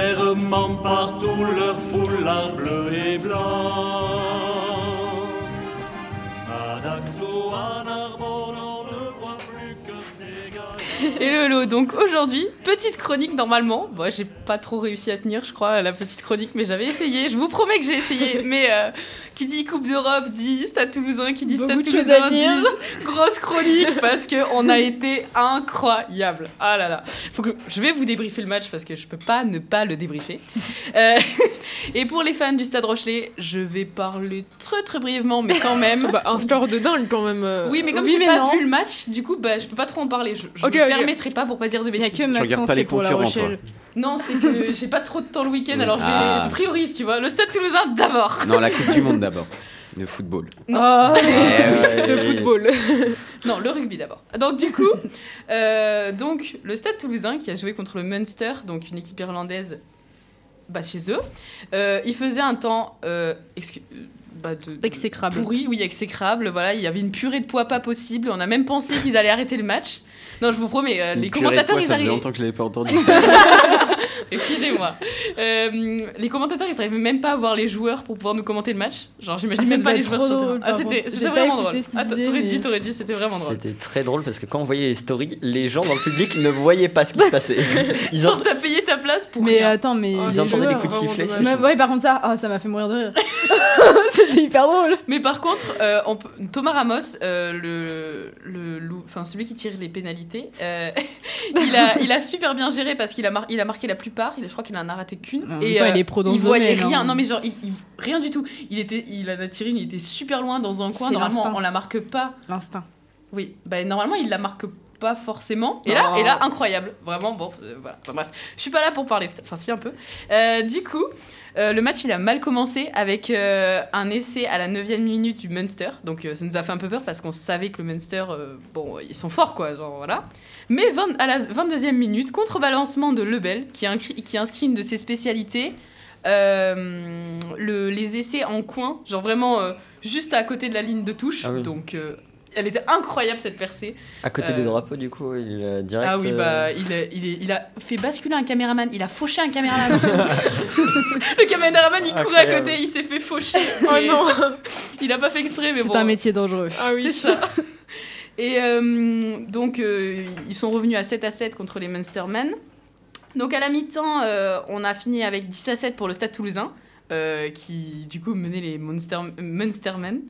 [SPEAKER 2] fièrement partout leur foulard bleu et blanc. À Daxo, à Narbonne, on ne voit plus que ces gars.
[SPEAKER 7] Hello, hello. Donc aujourd'hui, petite chronique normalement. Moi, j'ai pas trop réussi à tenir, je crois, la petite chronique, mais j'avais essayé. Je vous promets que j'ai essayé. Mais euh, qui dit Coupe d'Europe dit Stade Toulousain, qui dit Stade
[SPEAKER 5] Beaucoup de choses
[SPEAKER 7] Toulousain
[SPEAKER 5] à dire.
[SPEAKER 7] dit grosse chronique parce que on a été incroyable. Ah là là. Faut que je vais vous débriefer le match parce que je peux pas ne pas le débriefer. Euh, et pour les fans du Stade Rochelet, je vais parler très très brièvement, mais quand même.
[SPEAKER 4] Bah, un score de dingue quand même. euh.
[SPEAKER 7] Oui, mais comme
[SPEAKER 5] Oui,
[SPEAKER 7] j'ai
[SPEAKER 5] mais
[SPEAKER 7] pas
[SPEAKER 5] non.
[SPEAKER 7] vu le match, du coup, bah, je peux pas trop en parler. Je, je
[SPEAKER 4] Ok,
[SPEAKER 7] me
[SPEAKER 4] ok.
[SPEAKER 7] permettrai pas pour pas dire de
[SPEAKER 5] Il y a
[SPEAKER 7] bêtises.
[SPEAKER 5] que
[SPEAKER 6] regardes
[SPEAKER 5] Maxence
[SPEAKER 6] pas
[SPEAKER 5] qui
[SPEAKER 6] les
[SPEAKER 5] est pour la
[SPEAKER 6] concurrents, toi.
[SPEAKER 5] Rochelle.
[SPEAKER 7] Non, c'est que j'ai pas trop de temps le week-end,
[SPEAKER 6] Oui.
[SPEAKER 7] alors je, vais-
[SPEAKER 6] Ah.
[SPEAKER 7] je priorise, tu vois. Le Stade Toulousain d'abord.
[SPEAKER 6] Non, la Coupe du Monde d'abord, le football. Eh
[SPEAKER 7] Non.
[SPEAKER 4] de football.
[SPEAKER 7] Non, le rugby d'abord. Donc du coup, euh, donc le Stade Toulousain qui a joué contre le Munster, donc une équipe irlandaise, bah, chez eux, euh, il faisait un temps euh, excu- euh, bah, de, de-
[SPEAKER 5] Exécrable.
[SPEAKER 7] pourri, oui exécrable. Voilà, il y avait une purée de pois pas possible. On a même pensé qu'ils allaient arrêter le match. Non, je vous promets, euh, les
[SPEAKER 6] Une purée de
[SPEAKER 7] commentateurs
[SPEAKER 6] pois,
[SPEAKER 7] ils
[SPEAKER 6] ça faisait
[SPEAKER 7] arrivaient.
[SPEAKER 6] longtemps que je l'avais pas entendu. ça.
[SPEAKER 7] Excusez-moi. Euh, les commentateurs, ils n'arrivaient même pas à voir les joueurs pour pouvoir nous commenter le match. Genre,
[SPEAKER 5] Ah,
[SPEAKER 7] j'imagine
[SPEAKER 5] ça
[SPEAKER 7] même pas
[SPEAKER 5] devait
[SPEAKER 7] les
[SPEAKER 5] être trop
[SPEAKER 7] joueurs sur le terrain.
[SPEAKER 5] drôle,
[SPEAKER 7] Ah,
[SPEAKER 5] par
[SPEAKER 7] c'était
[SPEAKER 5] contre.
[SPEAKER 7] c'était
[SPEAKER 5] J'ai pas
[SPEAKER 7] vraiment
[SPEAKER 5] écouté
[SPEAKER 7] drôle.
[SPEAKER 5] ce qu'ils
[SPEAKER 7] Attends,
[SPEAKER 5] disaient,
[SPEAKER 7] t'aurais dit,
[SPEAKER 5] mais-
[SPEAKER 7] t'aurais dit, c'était vraiment drôle.
[SPEAKER 10] C'était très drôle parce que quand on voyait les stories, les gens dans le public ne voyaient pas ce qui se passait. Ils,
[SPEAKER 7] Genre,
[SPEAKER 10] ent-
[SPEAKER 7] t'as payé ta place pour
[SPEAKER 5] Mais euh,
[SPEAKER 7] rien.
[SPEAKER 5] attends, mais.
[SPEAKER 4] Oh,
[SPEAKER 10] ils
[SPEAKER 4] les
[SPEAKER 10] entendaient
[SPEAKER 4] joueurs,
[SPEAKER 10] des coups de
[SPEAKER 4] vraiment
[SPEAKER 10] sifflet.
[SPEAKER 4] dommage.
[SPEAKER 10] c'est
[SPEAKER 5] Mais
[SPEAKER 10] tout.
[SPEAKER 5] ouais, par contre, ça, ah, ça m'a fait mourir de rire. C'était hyper drôle.
[SPEAKER 7] Mais par contre, euh, on peut- Thomas Ramos, euh, le, le, loup- enfin, celui qui tire les pénalités, euh, il, a, il a super bien géré parce qu'il a, mar- il a marqué la plupart. Il, je crois qu'il en a raté qu'une.
[SPEAKER 5] En même temps, il est pro dans
[SPEAKER 7] euh, il
[SPEAKER 5] ce
[SPEAKER 7] voyait
[SPEAKER 5] domaine,
[SPEAKER 7] rien.
[SPEAKER 5] hein.
[SPEAKER 7] Non, mais genre, il- il- rien du tout. Il, était, il en a tiré une, il était super loin dans un coin.
[SPEAKER 5] C'est
[SPEAKER 7] Normalement,
[SPEAKER 5] l'instinct.
[SPEAKER 7] on la marque pas.
[SPEAKER 5] L'instinct.
[SPEAKER 7] Oui, bah, normalement il la marque pas forcément. Et là,
[SPEAKER 5] Oh.
[SPEAKER 7] et là incroyable, vraiment bon, euh, voilà. Enfin, bref, je suis pas là pour parler, de ça. enfin si un peu. Euh, du coup, euh, le match il a mal commencé avec euh, un essai à la 9 minute du Munster, donc euh, ça nous a fait un peu peur parce qu'on savait que le Munster, euh, bon, ils sont forts quoi, genre voilà. Mais 20 à la 22e minute, contrebalancement de Lebel qui, a incri- qui a inscrit une de ses spécialités. euh, le- les essais en coin, genre vraiment euh, juste à côté de la ligne de touche.
[SPEAKER 10] Ah oui.
[SPEAKER 7] Donc, euh, elle était incroyable cette percée.
[SPEAKER 10] À côté des
[SPEAKER 7] Euh,
[SPEAKER 10] drapeaux, du coup, il euh, direct.
[SPEAKER 7] ah oui,
[SPEAKER 10] euh,
[SPEAKER 7] bah il, est- il, est- il a fait basculer un caméraman, il a fauché un caméraman. le caméraman il courait à
[SPEAKER 10] Incroyable.
[SPEAKER 7] côté, il s'est fait faucher.
[SPEAKER 4] Oh
[SPEAKER 7] Et
[SPEAKER 4] non
[SPEAKER 7] Il a pas fait exprès, mais
[SPEAKER 5] C'est
[SPEAKER 7] bon.
[SPEAKER 5] un métier dangereux.
[SPEAKER 4] Ah oui.
[SPEAKER 7] C'est ça. Et euh, donc, euh, ils sont revenus à 7 à 7 contre les Munstermen. Donc, à la mi-temps, euh, on a fini avec 10 à 7 pour le Stade toulousain, euh, qui du coup menait les Munster, Munstermen.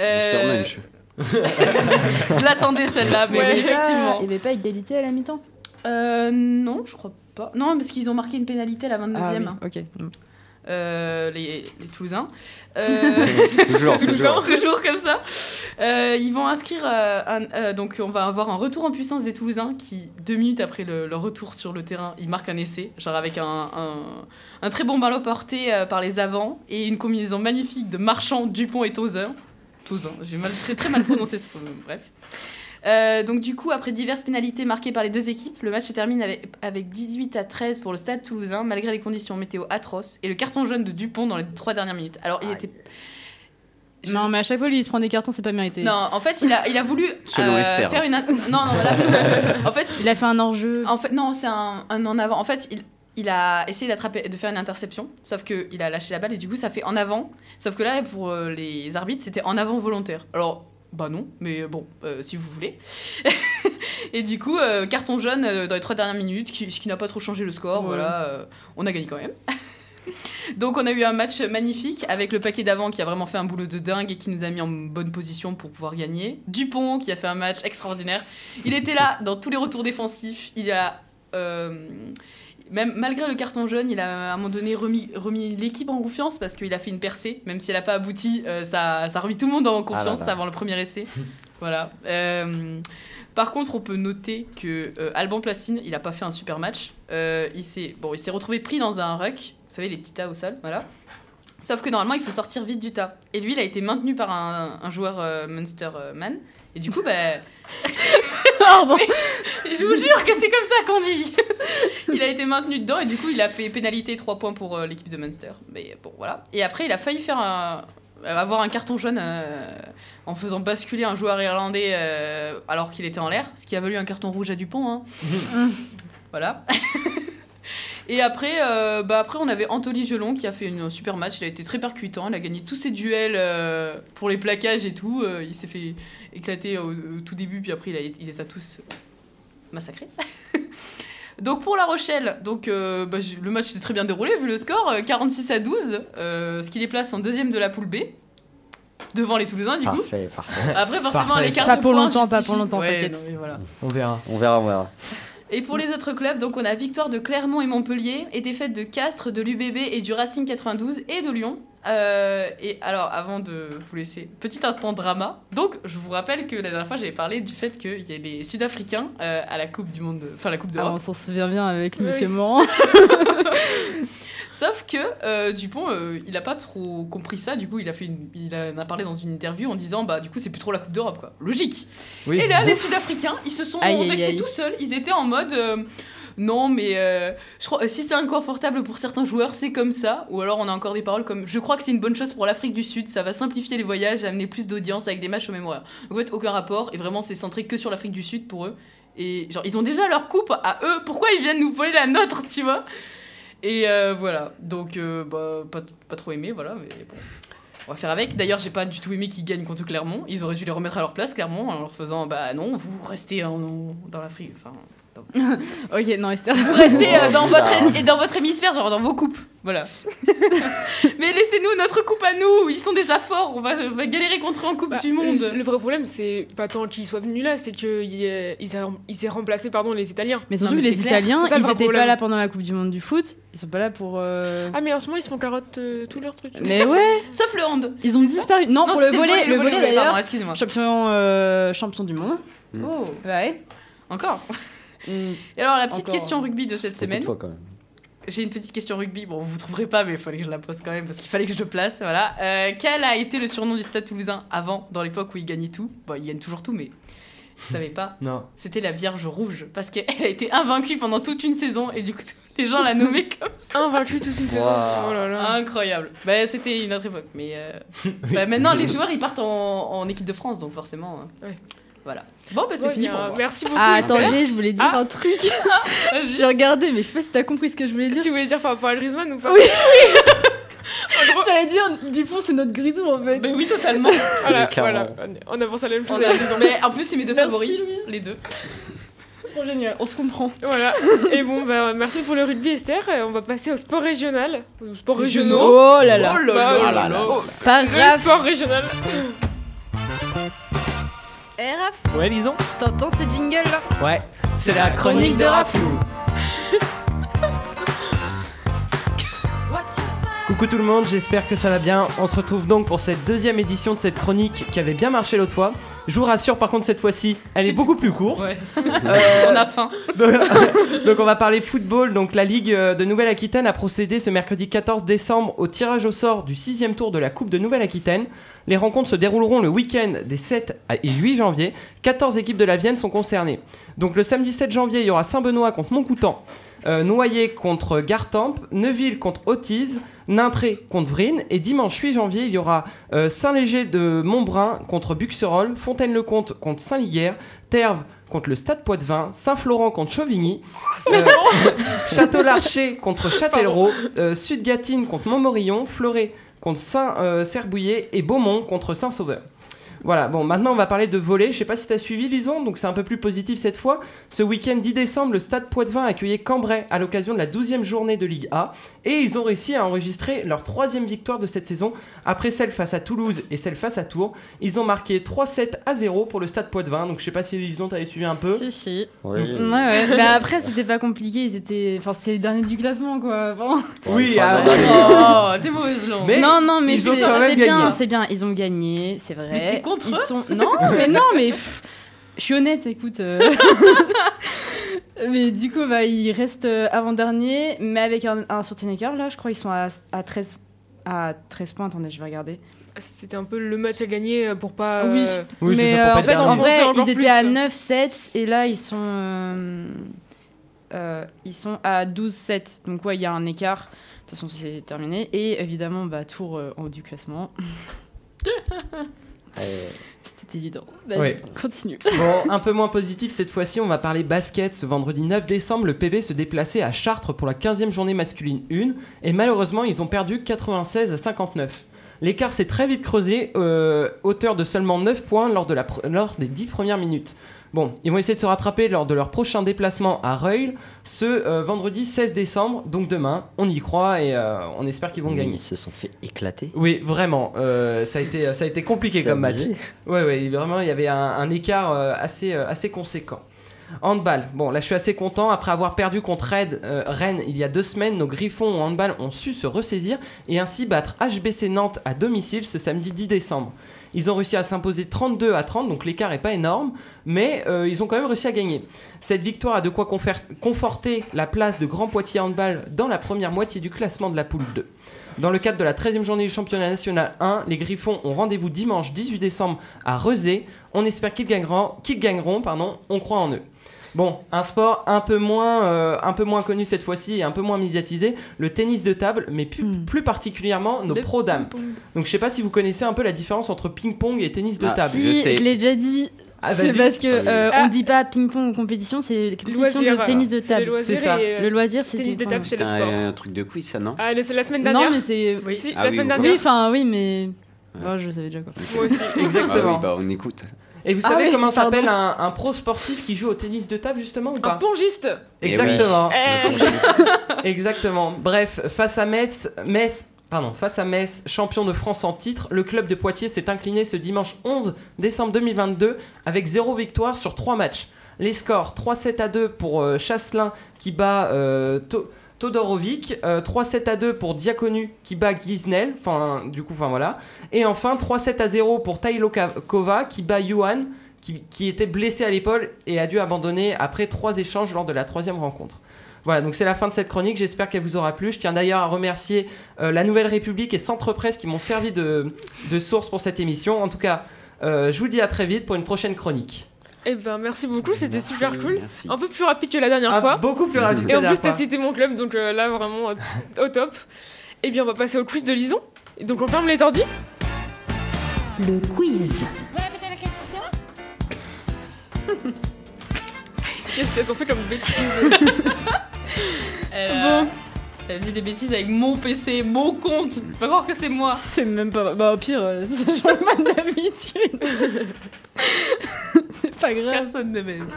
[SPEAKER 7] Euh,
[SPEAKER 6] Munsterman, je-
[SPEAKER 7] je l'attendais celle-là, mais
[SPEAKER 4] Ouais. Ah,
[SPEAKER 7] oui, effectivement.
[SPEAKER 5] Il n'y avait pas égalité à la mi-temps
[SPEAKER 7] Euh, non, je crois pas. Non, parce qu'ils ont marqué une pénalité à la 29e,
[SPEAKER 5] oui,
[SPEAKER 4] Ah
[SPEAKER 7] hein,
[SPEAKER 5] ok. Mm.
[SPEAKER 7] euh, les, les Toulousains. Euh,
[SPEAKER 10] toujours, toujours.
[SPEAKER 7] toujours comme ça. Euh, ils vont inscrire. euh, un- euh, donc, on va avoir un retour en puissance des Toulousains qui, deux minutes après le- leur retour sur le terrain, ils marquent un essai, genre avec un, un- un très bon ballon porté euh, par les avants et une combinaison magnifique de Marchand, Dupont et Tauzin. Tauzin, j'ai mal, très, très mal prononcé ce problème, bref. Euh, donc du coup, après diverses pénalités marquées par les deux équipes, le match se termine avec, avec 18 à 13 pour le Stade Toulousain, malgré les conditions météo atroces et le carton jaune de Dupont dans les trois dernières minutes. Alors il était Je-
[SPEAKER 5] Non, mais à chaque fois, lui, il se prend des cartons, c'est pas mérité.
[SPEAKER 7] non, en fait, il a, il a voulu euh,
[SPEAKER 6] Solo Esther.
[SPEAKER 7] faire une. in- Non, non, voilà. en fait,
[SPEAKER 5] Il a fait un enjeu.
[SPEAKER 7] en fait, non, c'est un, un en avant. En fait, il, il a essayé d'attraper, de faire une interception, sauf que il a lâché la balle et du coup, ça fait en avant. Sauf que là, pour euh, les arbitres, c'était en avant volontaire. Alors, bah non, mais bon, euh, si vous voulez. et du coup, euh, carton jaune euh, dans les trois dernières minutes, qui- ce qui n'a pas trop changé le score.
[SPEAKER 5] Ouais.
[SPEAKER 7] Voilà, euh, on a gagné quand même. Donc on a eu un match magnifique avec le paquet d'avant qui a vraiment fait un boulot de dingue et qui nous a mis en bonne position pour pouvoir gagner. Dupont qui a fait un match extraordinaire. Il était là dans tous les retours défensifs. Il a euh, même malgré le carton jaune, il a à un moment donné remis, remis l'équipe en confiance parce qu'il a fait une percée. Même si elle n'a pas abouti, euh, ça, ça a remis tout le monde en confiance
[SPEAKER 10] Ah là.
[SPEAKER 7] avant le premier essai. voilà. Euh, par contre, on peut noter que euh, Alban Placine, il n'a pas fait un super match. Euh, il s'est bon, il s'est retrouvé pris dans un ruck. Vous savez, les petits tas au sol, voilà. Sauf que normalement, il faut sortir vite du tas. Et lui, il a été maintenu par un, un joueur euh, Munster euh, Man. Et du coup, bah, je vous jure que c'est comme ça qu'on dit. il a été maintenu dedans et du coup, il a fait pénalité 3 points pour euh, l'équipe de Munster. Mais bon, voilà. Et après, il a failli faire un- euh, avoir un carton jaune euh, en faisant basculer un joueur irlandais euh, alors qu'il était en l'air, ce qui a valu un carton rouge à Dupont. hein. voilà. Et après, euh, bah après, on avait Anthony Gelon qui a fait une- un super match. Il a été très percutant. Il a gagné tous ses duels euh, pour les plaquages et tout. Euh, il s'est fait éclater au, au tout début, puis après, il, a- il les a tous euh, massacrés. donc pour La Rochelle, donc, euh, bah, je- le match s'est très bien déroulé vu le score euh, 46 à 12, euh, ce qui les place en deuxième de la poule B, devant les Toulousains du
[SPEAKER 6] Ah.
[SPEAKER 7] coup.
[SPEAKER 10] Parfait, parfait.
[SPEAKER 7] Après, forcément,
[SPEAKER 9] Parfait.
[SPEAKER 7] l'écart
[SPEAKER 5] Pas
[SPEAKER 7] de
[SPEAKER 5] pour
[SPEAKER 7] points
[SPEAKER 5] longtemps, pas
[SPEAKER 7] justifie-
[SPEAKER 5] pour longtemps,
[SPEAKER 7] Ouais,
[SPEAKER 5] t'inquiète.
[SPEAKER 7] non, mais voilà.
[SPEAKER 9] On verra.
[SPEAKER 10] On verra, on verra.
[SPEAKER 7] Et pour les autres clubs, donc on a victoire de Clermont et Montpellier, et défaite de Castres, de l'UBB et du Racing 92 et de Lyon. Euh, et alors, avant de vous laisser, petit instant drama. Donc, je vous rappelle que la dernière fois, j'avais parlé du fait qu'il y a les Sud-Africains euh, à la Coupe du Monde, enfin la Coupe
[SPEAKER 5] Ah, on
[SPEAKER 7] d'Europe.
[SPEAKER 5] s'en souvient bien avec
[SPEAKER 4] Oui.
[SPEAKER 5] Monsieur Morand.
[SPEAKER 7] Sauf que euh, Dupont, euh, il a pas trop compris ça. Du coup, il a fait, une- il en a parlé dans une interview en disant, bah du coup, c'est plus trop la Coupe d'Europe, quoi. Logique.
[SPEAKER 9] Oui.
[SPEAKER 7] Et là, les Sud-Africains, ils se sont
[SPEAKER 5] Aïe, aïe,
[SPEAKER 7] vexés
[SPEAKER 5] aïe.
[SPEAKER 7] tout seuls. Ils étaient en mode euh, non, mais euh, je crois, euh, si c'est inconfortable pour certains joueurs, c'est comme ça. Ou alors, on a encore des paroles comme je crois que c'est une bonne chose pour l'Afrique du Sud, ça va simplifier les voyages, amener plus d'audience avec des matchs au même horaire. Donc, en fait, aucun rapport. Et vraiment, c'est centré que sur l'Afrique du Sud pour eux. Et genre, ils ont déjà leur coupe à eux. Pourquoi ils viennent nous voler la nôtre, tu vois Et euh, voilà. Donc, euh, bah, pas, pas trop aimé, voilà. Mais bon. On va faire avec. D'ailleurs, j'ai pas du tout aimé qu'ils gagnent contre Clermont. Ils auraient dû les remettre à leur place, Clermont, en leur faisant Bah non, vous restez en- en- dans l'Afrique. Enfin,
[SPEAKER 5] ok, non, Esther.
[SPEAKER 7] vous restez euh,
[SPEAKER 10] Oh,
[SPEAKER 7] dans,
[SPEAKER 10] bizarre.
[SPEAKER 7] votre, hé- et dans votre hémisphère, genre dans vos coupes. Voilà. Mais laissez-nous notre coupe à nous. Ils sont déjà forts. On va, on va galérer contre eux en Coupe
[SPEAKER 4] Bah,
[SPEAKER 7] du Monde.
[SPEAKER 4] Le, le vrai problème, c'est pas tant qu'ils soient venus là, c'est qu'ils aient remplacé pardon, les Italiens.
[SPEAKER 5] Mais
[SPEAKER 7] Non,
[SPEAKER 5] surtout,
[SPEAKER 7] mais
[SPEAKER 5] les
[SPEAKER 7] c'est clair.
[SPEAKER 5] Italiens,
[SPEAKER 4] C'est ça le
[SPEAKER 5] ils
[SPEAKER 4] vrai
[SPEAKER 5] étaient pas
[SPEAKER 4] problème.
[SPEAKER 5] là pendant la Coupe du Monde du foot. Ils sont pas là pour. euh,
[SPEAKER 4] Ah, mais en ce moment, ils se font carotte euh, tous leurs trucs.
[SPEAKER 5] Mais ouais,
[SPEAKER 7] Sauf le hand.
[SPEAKER 5] ils ont disparu. Non,
[SPEAKER 7] Non,
[SPEAKER 5] pour le
[SPEAKER 7] c'était
[SPEAKER 5] volet, le volet
[SPEAKER 7] pardon,
[SPEAKER 5] d'ailleurs.
[SPEAKER 7] excusez-moi.
[SPEAKER 5] Champion, euh, champion du monde.
[SPEAKER 7] Oh,
[SPEAKER 5] Ouais.
[SPEAKER 7] encore.
[SPEAKER 5] Mm.
[SPEAKER 7] Et alors, la petite
[SPEAKER 5] Encore.
[SPEAKER 7] question rugby de cette
[SPEAKER 10] Beaucoup
[SPEAKER 7] semaine.
[SPEAKER 10] de fois, quand même.
[SPEAKER 7] J'ai une petite question rugby. Bon, vous trouverez pas, mais il fallait que je la pose quand même parce qu'il fallait que je le place. Voilà. Euh, quel a été le surnom du Stade Toulousain avant, dans l'époque où il gagnait tout Bon, il gagne toujours tout, mais Je savais pas.
[SPEAKER 9] Non.
[SPEAKER 7] C'était la Vierge Rouge parce qu'elle a été invaincue pendant toute une saison et du coup les gens la nommaient comme ça.
[SPEAKER 4] Invaincu toute une saison.
[SPEAKER 10] Waouh.
[SPEAKER 4] Oh là là.
[SPEAKER 7] Incroyable. Bah, c'était une autre époque, mais euh, bah, maintenant les joueurs ils partent en, en équipe de France donc forcément. euh,
[SPEAKER 4] Ouais.
[SPEAKER 7] Voilà. Bon bah c'est
[SPEAKER 4] Bon,
[SPEAKER 7] fini
[SPEAKER 4] bien,
[SPEAKER 7] pour moi.
[SPEAKER 4] Merci beaucoup.
[SPEAKER 5] Ah,
[SPEAKER 4] Esther.
[SPEAKER 5] attendez, je voulais dire un truc.
[SPEAKER 7] Ah. Vas-y.
[SPEAKER 5] J'ai regardé, mais je sais pas si t'as compris ce que je voulais dire.
[SPEAKER 4] Tu voulais dire par rapport à Griezmann ou pas
[SPEAKER 5] Oui.
[SPEAKER 4] En gros,
[SPEAKER 5] J'allais dire, Dupont, c'est notre grison en fait.
[SPEAKER 7] Mais Bah, oui totalement.
[SPEAKER 4] voilà,
[SPEAKER 9] clairement.
[SPEAKER 4] voilà. On avance à la même chose.
[SPEAKER 7] On a- mais en plus c'est mes deux
[SPEAKER 5] Merci,
[SPEAKER 7] favoris,
[SPEAKER 5] Louise.
[SPEAKER 7] les deux.
[SPEAKER 5] trop génial, on se comprend.
[SPEAKER 4] Voilà. Et bon, bah, merci pour le rugby, Esther. Et on va passer au sport régional. Au sport régionaux.
[SPEAKER 5] Oh là là.
[SPEAKER 7] Oh là là.
[SPEAKER 4] Bah,
[SPEAKER 3] Ah là là.
[SPEAKER 4] oh,
[SPEAKER 5] Pas
[SPEAKER 4] Le
[SPEAKER 5] grave.
[SPEAKER 4] sport régional.
[SPEAKER 5] Eh Raph,
[SPEAKER 9] Ouais, lisons
[SPEAKER 5] t'entends ce jingle là
[SPEAKER 9] Ouais. C'est la chronique de Rafou. Coucou tout le monde, j'espère que ça va bien. On se retrouve donc pour cette deuxième édition de cette chronique qui avait bien marché l'autre fois. Je vous rassure, par contre, cette fois-ci, elle est,
[SPEAKER 7] C'est
[SPEAKER 9] beaucoup plus courte.
[SPEAKER 7] Ouais.
[SPEAKER 9] Euh,
[SPEAKER 7] On a faim.
[SPEAKER 9] donc, donc on va parler football. Donc la Ligue euh, de Nouvelle-Aquitaine a procédé ce mercredi 14 décembre au tirage au sort du sixième tour de la Coupe de Nouvelle-Aquitaine. Les rencontres se dérouleront le week-end des 7 à- et 8 janvier. 14 équipes de la Vienne sont concernées. Donc le samedi 7 janvier, il y aura Saint-Benoît contre Montcoutan, euh, Noyer contre Gartempe, Neuville contre Autise, Nintré contre Vrine. Et dimanche 8 janvier, il y aura euh, Saint-Léger de Montbrun contre Buxerolles, Fontaine-le-Comte contre Saint-Liguerre, Terve contre le Stade Poitvin, Saint-Florent contre Chauvigny, euh, Château-Larcher contre Châtellerault, euh, Sud-Gatine contre Montmorillon, Fleuret contre Saint-Cerbouillet et Beaumont contre Saint-Sauveur. Voilà, bon, maintenant on va parler de volet. Je sais pas si t'as suivi, Lison, donc c'est un peu plus positif cette fois. Ce week-end 10 décembre, le Stade Poitvin accueillait Cambrai à l'occasion de la 12e journée de Ligue A et ils ont réussi à enregistrer leur troisième victoire de cette saison après celle face à Toulouse et celle face à Tours. Ils ont marqué 3-7 à 0 pour le Stade Poitvin, donc je sais pas si Lison t'avais suivi un peu.
[SPEAKER 5] Si, si. Ouais,
[SPEAKER 10] Oui.
[SPEAKER 5] ouais. Mais après, c'était pas compliqué, ils étaient. Enfin, c'est les derniers du classement quoi. Vraiment.
[SPEAKER 9] Oui,
[SPEAKER 10] ça va.
[SPEAKER 9] ah,
[SPEAKER 7] Oh, t'es mauvaise langue.
[SPEAKER 9] Mais-
[SPEAKER 5] non, non, mais
[SPEAKER 9] ils ont
[SPEAKER 5] c'est
[SPEAKER 9] quand même
[SPEAKER 5] c'est bien,
[SPEAKER 9] gagné.
[SPEAKER 5] c'est bien. Ils ont gagné, c'est vrai.
[SPEAKER 7] Mais t'es contre
[SPEAKER 5] ils
[SPEAKER 7] eux
[SPEAKER 5] sont... Non, mais non, mais pff, je suis honnête, écoute. euh. mais du coup, bah, ils restent euh, avant-dernier, mais avec un, un Surtenaker, là, je crois qu'ils sont à, à 13... à 13 points. Attendez, je vais regarder.
[SPEAKER 4] C'était un peu le match à gagner pour pas.
[SPEAKER 5] Oui.
[SPEAKER 4] euh,
[SPEAKER 9] Oui, c'est
[SPEAKER 5] mais
[SPEAKER 9] ça,
[SPEAKER 5] euh,
[SPEAKER 9] pour
[SPEAKER 5] en
[SPEAKER 9] pas
[SPEAKER 5] fait,
[SPEAKER 9] être
[SPEAKER 5] en
[SPEAKER 9] dernier.
[SPEAKER 5] vrai,
[SPEAKER 4] Encore
[SPEAKER 5] ils étaient
[SPEAKER 4] plus.
[SPEAKER 5] à 9-7, et là, ils sont... euh, euh, ils sont à 12-7, donc ouais, il y a un écart. De toute façon, c'est terminé. Et évidemment, bah, Tours euh, en haut du classement.
[SPEAKER 10] Euh,
[SPEAKER 5] C'était évident. Vas-y,
[SPEAKER 9] Ouais.
[SPEAKER 5] Continue.
[SPEAKER 9] Bon, un peu moins positif cette fois-ci, on va parler basket. Ce vendredi 9 décembre, le PB se déplaçait à Chartres pour la 15e journée masculine 1 et malheureusement, ils ont perdu 96 à 59. L'écart s'est très vite creusé, euh, hauteur de seulement 9 points lors, de la pr- lors des 10 premières minutes. Bon, ils vont essayer de se rattraper lors de leur prochain déplacement à Reuil ce euh, vendredi 16 décembre, donc demain. On y croit et euh, on espère qu'ils vont
[SPEAKER 6] Mm.
[SPEAKER 9] gagner.
[SPEAKER 10] Ils se sont fait éclater.
[SPEAKER 9] Oui, vraiment, euh, ça, a été, ça a été compliqué
[SPEAKER 10] C'est
[SPEAKER 9] comme match.
[SPEAKER 10] abusé.
[SPEAKER 9] Ouais, ouais, vraiment, il y avait un, un écart euh, assez, euh, assez conséquent. Handball, bon là je suis assez content, après avoir perdu contre Red, euh, Rennes il y a deux semaines, nos griffons en handball ont su se ressaisir et ainsi battre HBC Nantes à domicile ce samedi 10 décembre. Ils ont réussi à s'imposer 32 à 30, donc l'écart est pas énorme, mais euh, ils ont quand même réussi à gagner. Cette victoire a de quoi confère- conforter la place de Grand Poitiers Handball dans la première moitié du classement de la poule 2. Dans le cadre de la 13e journée du championnat national 1, les Griffons ont rendez-vous dimanche 18 décembre à Rezé. On espère qu'ils gagneront, qu'ils gagneront pardon, on croit en eux. Bon, un sport un peu moins, euh, un peu moins connu cette fois-ci et un peu moins médiatisé, le tennis de table, mais plus,
[SPEAKER 5] Hmm.
[SPEAKER 9] plus particulièrement nos
[SPEAKER 5] Le
[SPEAKER 9] pro-dames. Donc je sais pas si vous connaissez un peu la différence entre ping-pong et tennis de
[SPEAKER 6] Ah,
[SPEAKER 9] table.
[SPEAKER 6] Je
[SPEAKER 5] Si,
[SPEAKER 6] sais.
[SPEAKER 5] je, l'ai déjà dit.
[SPEAKER 9] Ah,
[SPEAKER 5] c'est
[SPEAKER 9] vas-y.
[SPEAKER 5] parce que euh,
[SPEAKER 4] Ah.
[SPEAKER 5] on dit pas ping-pong ou compétition, c'est compétition
[SPEAKER 4] loisirs,
[SPEAKER 5] de tennis
[SPEAKER 4] c'est
[SPEAKER 5] de
[SPEAKER 4] les
[SPEAKER 5] table.
[SPEAKER 4] loisirs
[SPEAKER 9] C'est ça.
[SPEAKER 4] et, euh,
[SPEAKER 5] Le loisir, c'est
[SPEAKER 4] tennis de
[SPEAKER 5] ping-pong.
[SPEAKER 4] table, c'est le
[SPEAKER 6] Putain, euh,
[SPEAKER 4] sport.
[SPEAKER 6] un truc de quiz, ça, non
[SPEAKER 4] Ah, le- c'est la semaine dernière.
[SPEAKER 5] Non, mais c'est. Oui.
[SPEAKER 4] Si,
[SPEAKER 6] Ah
[SPEAKER 4] la
[SPEAKER 6] oui,
[SPEAKER 4] semaine
[SPEAKER 6] ou quoi.
[SPEAKER 4] dernière.
[SPEAKER 5] enfin, oui, mais.
[SPEAKER 6] Ouais.
[SPEAKER 5] Bon, je le savais déjà quoi.
[SPEAKER 4] Moi aussi.
[SPEAKER 9] Exactement.
[SPEAKER 6] Ah oui, bah on écoute.
[SPEAKER 9] Et vous
[SPEAKER 5] Ah
[SPEAKER 9] savez
[SPEAKER 5] oui,
[SPEAKER 9] comment
[SPEAKER 5] pardon.
[SPEAKER 9] s'appelle un, un pro sportif qui joue au tennis de table justement ou
[SPEAKER 4] Un
[SPEAKER 9] pas
[SPEAKER 4] pongiste.
[SPEAKER 6] Eh oui.
[SPEAKER 9] Exactement.
[SPEAKER 4] Eh,
[SPEAKER 9] Exactement. Bref, face à Metz, Metz, pardon, face à Metz, champion de France en titre, le club de Poitiers s'est incliné ce dimanche 11 décembre 2022 avec 0 victoire sur 3 matchs. Les scores 3-7 à 2 pour euh, Chasselin qui bat euh, To- Todorovic, euh, 3-7 à 2 pour Diaconu qui bat Gisnel, enfin du coup enfin voilà, et enfin 3-7 à 0 pour Tailo Kova qui bat Yuan qui, qui était blessé à l'épaule et a dû abandonner après trois échanges lors de la troisième rencontre. Voilà, donc c'est la fin de cette chronique, j'espère qu'elle vous aura plu. Je tiens d'ailleurs à remercier euh, la Nouvelle République et Centre Presse qui m'ont servi de, de source pour cette émission. En tout cas, euh, je vous dis à très vite pour une prochaine chronique.
[SPEAKER 4] Eh ben, merci beaucoup, c'était
[SPEAKER 6] Merci,
[SPEAKER 4] super cool.
[SPEAKER 6] merci.
[SPEAKER 4] Un peu plus rapide que la dernière
[SPEAKER 9] Ah,
[SPEAKER 4] fois.
[SPEAKER 9] beaucoup plus rapide. que
[SPEAKER 4] Et
[SPEAKER 9] la
[SPEAKER 4] en plus,
[SPEAKER 9] dernière
[SPEAKER 4] t'as
[SPEAKER 9] fois.
[SPEAKER 4] cité mon club, donc euh, là, vraiment euh, au top. Eh bien, on va passer au quiz de Lison. Et donc, on ferme les ordi.
[SPEAKER 1] le quiz.
[SPEAKER 4] Qu'est-ce qu'elles ont fait comme bêtises
[SPEAKER 7] Bon. Euh, T'as dit des bêtises avec mon PC, mon compte. Tu peux croire que c'est moi.
[SPEAKER 5] C'est même pas. Bah, au pire, euh, ça change pas d'amitié. C'est pas grave.
[SPEAKER 7] Personne ne m'aime.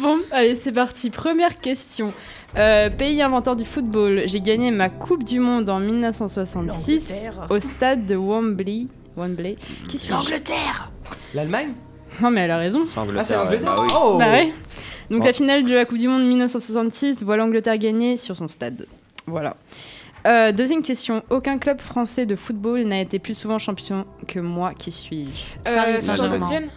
[SPEAKER 5] Bon, allez, c'est parti. Première question. Euh, pays inventeur du football, j'ai gagné ma Coupe du Monde en 1966 au stade de Wembley. Wembley. Qui suis-je
[SPEAKER 6] Mm.
[SPEAKER 9] L'Allemagne
[SPEAKER 5] Non, mais elle a raison.
[SPEAKER 10] C'est
[SPEAKER 9] Ah, c'est
[SPEAKER 10] Angleterre.
[SPEAKER 9] l'Angleterre
[SPEAKER 10] ouais. Bah oui.
[SPEAKER 9] Oh
[SPEAKER 5] Bah ouais. Donc
[SPEAKER 10] Bon.
[SPEAKER 5] la finale de la Coupe du Monde 1966 voit l'Angleterre gagner sur son stade. Voilà. Euh, deuxième question. Aucun club français de football n'a été plus souvent champion que moi. Qui suis-je
[SPEAKER 4] Euh,
[SPEAKER 6] Saint-Germain.
[SPEAKER 4] Saint-Étienne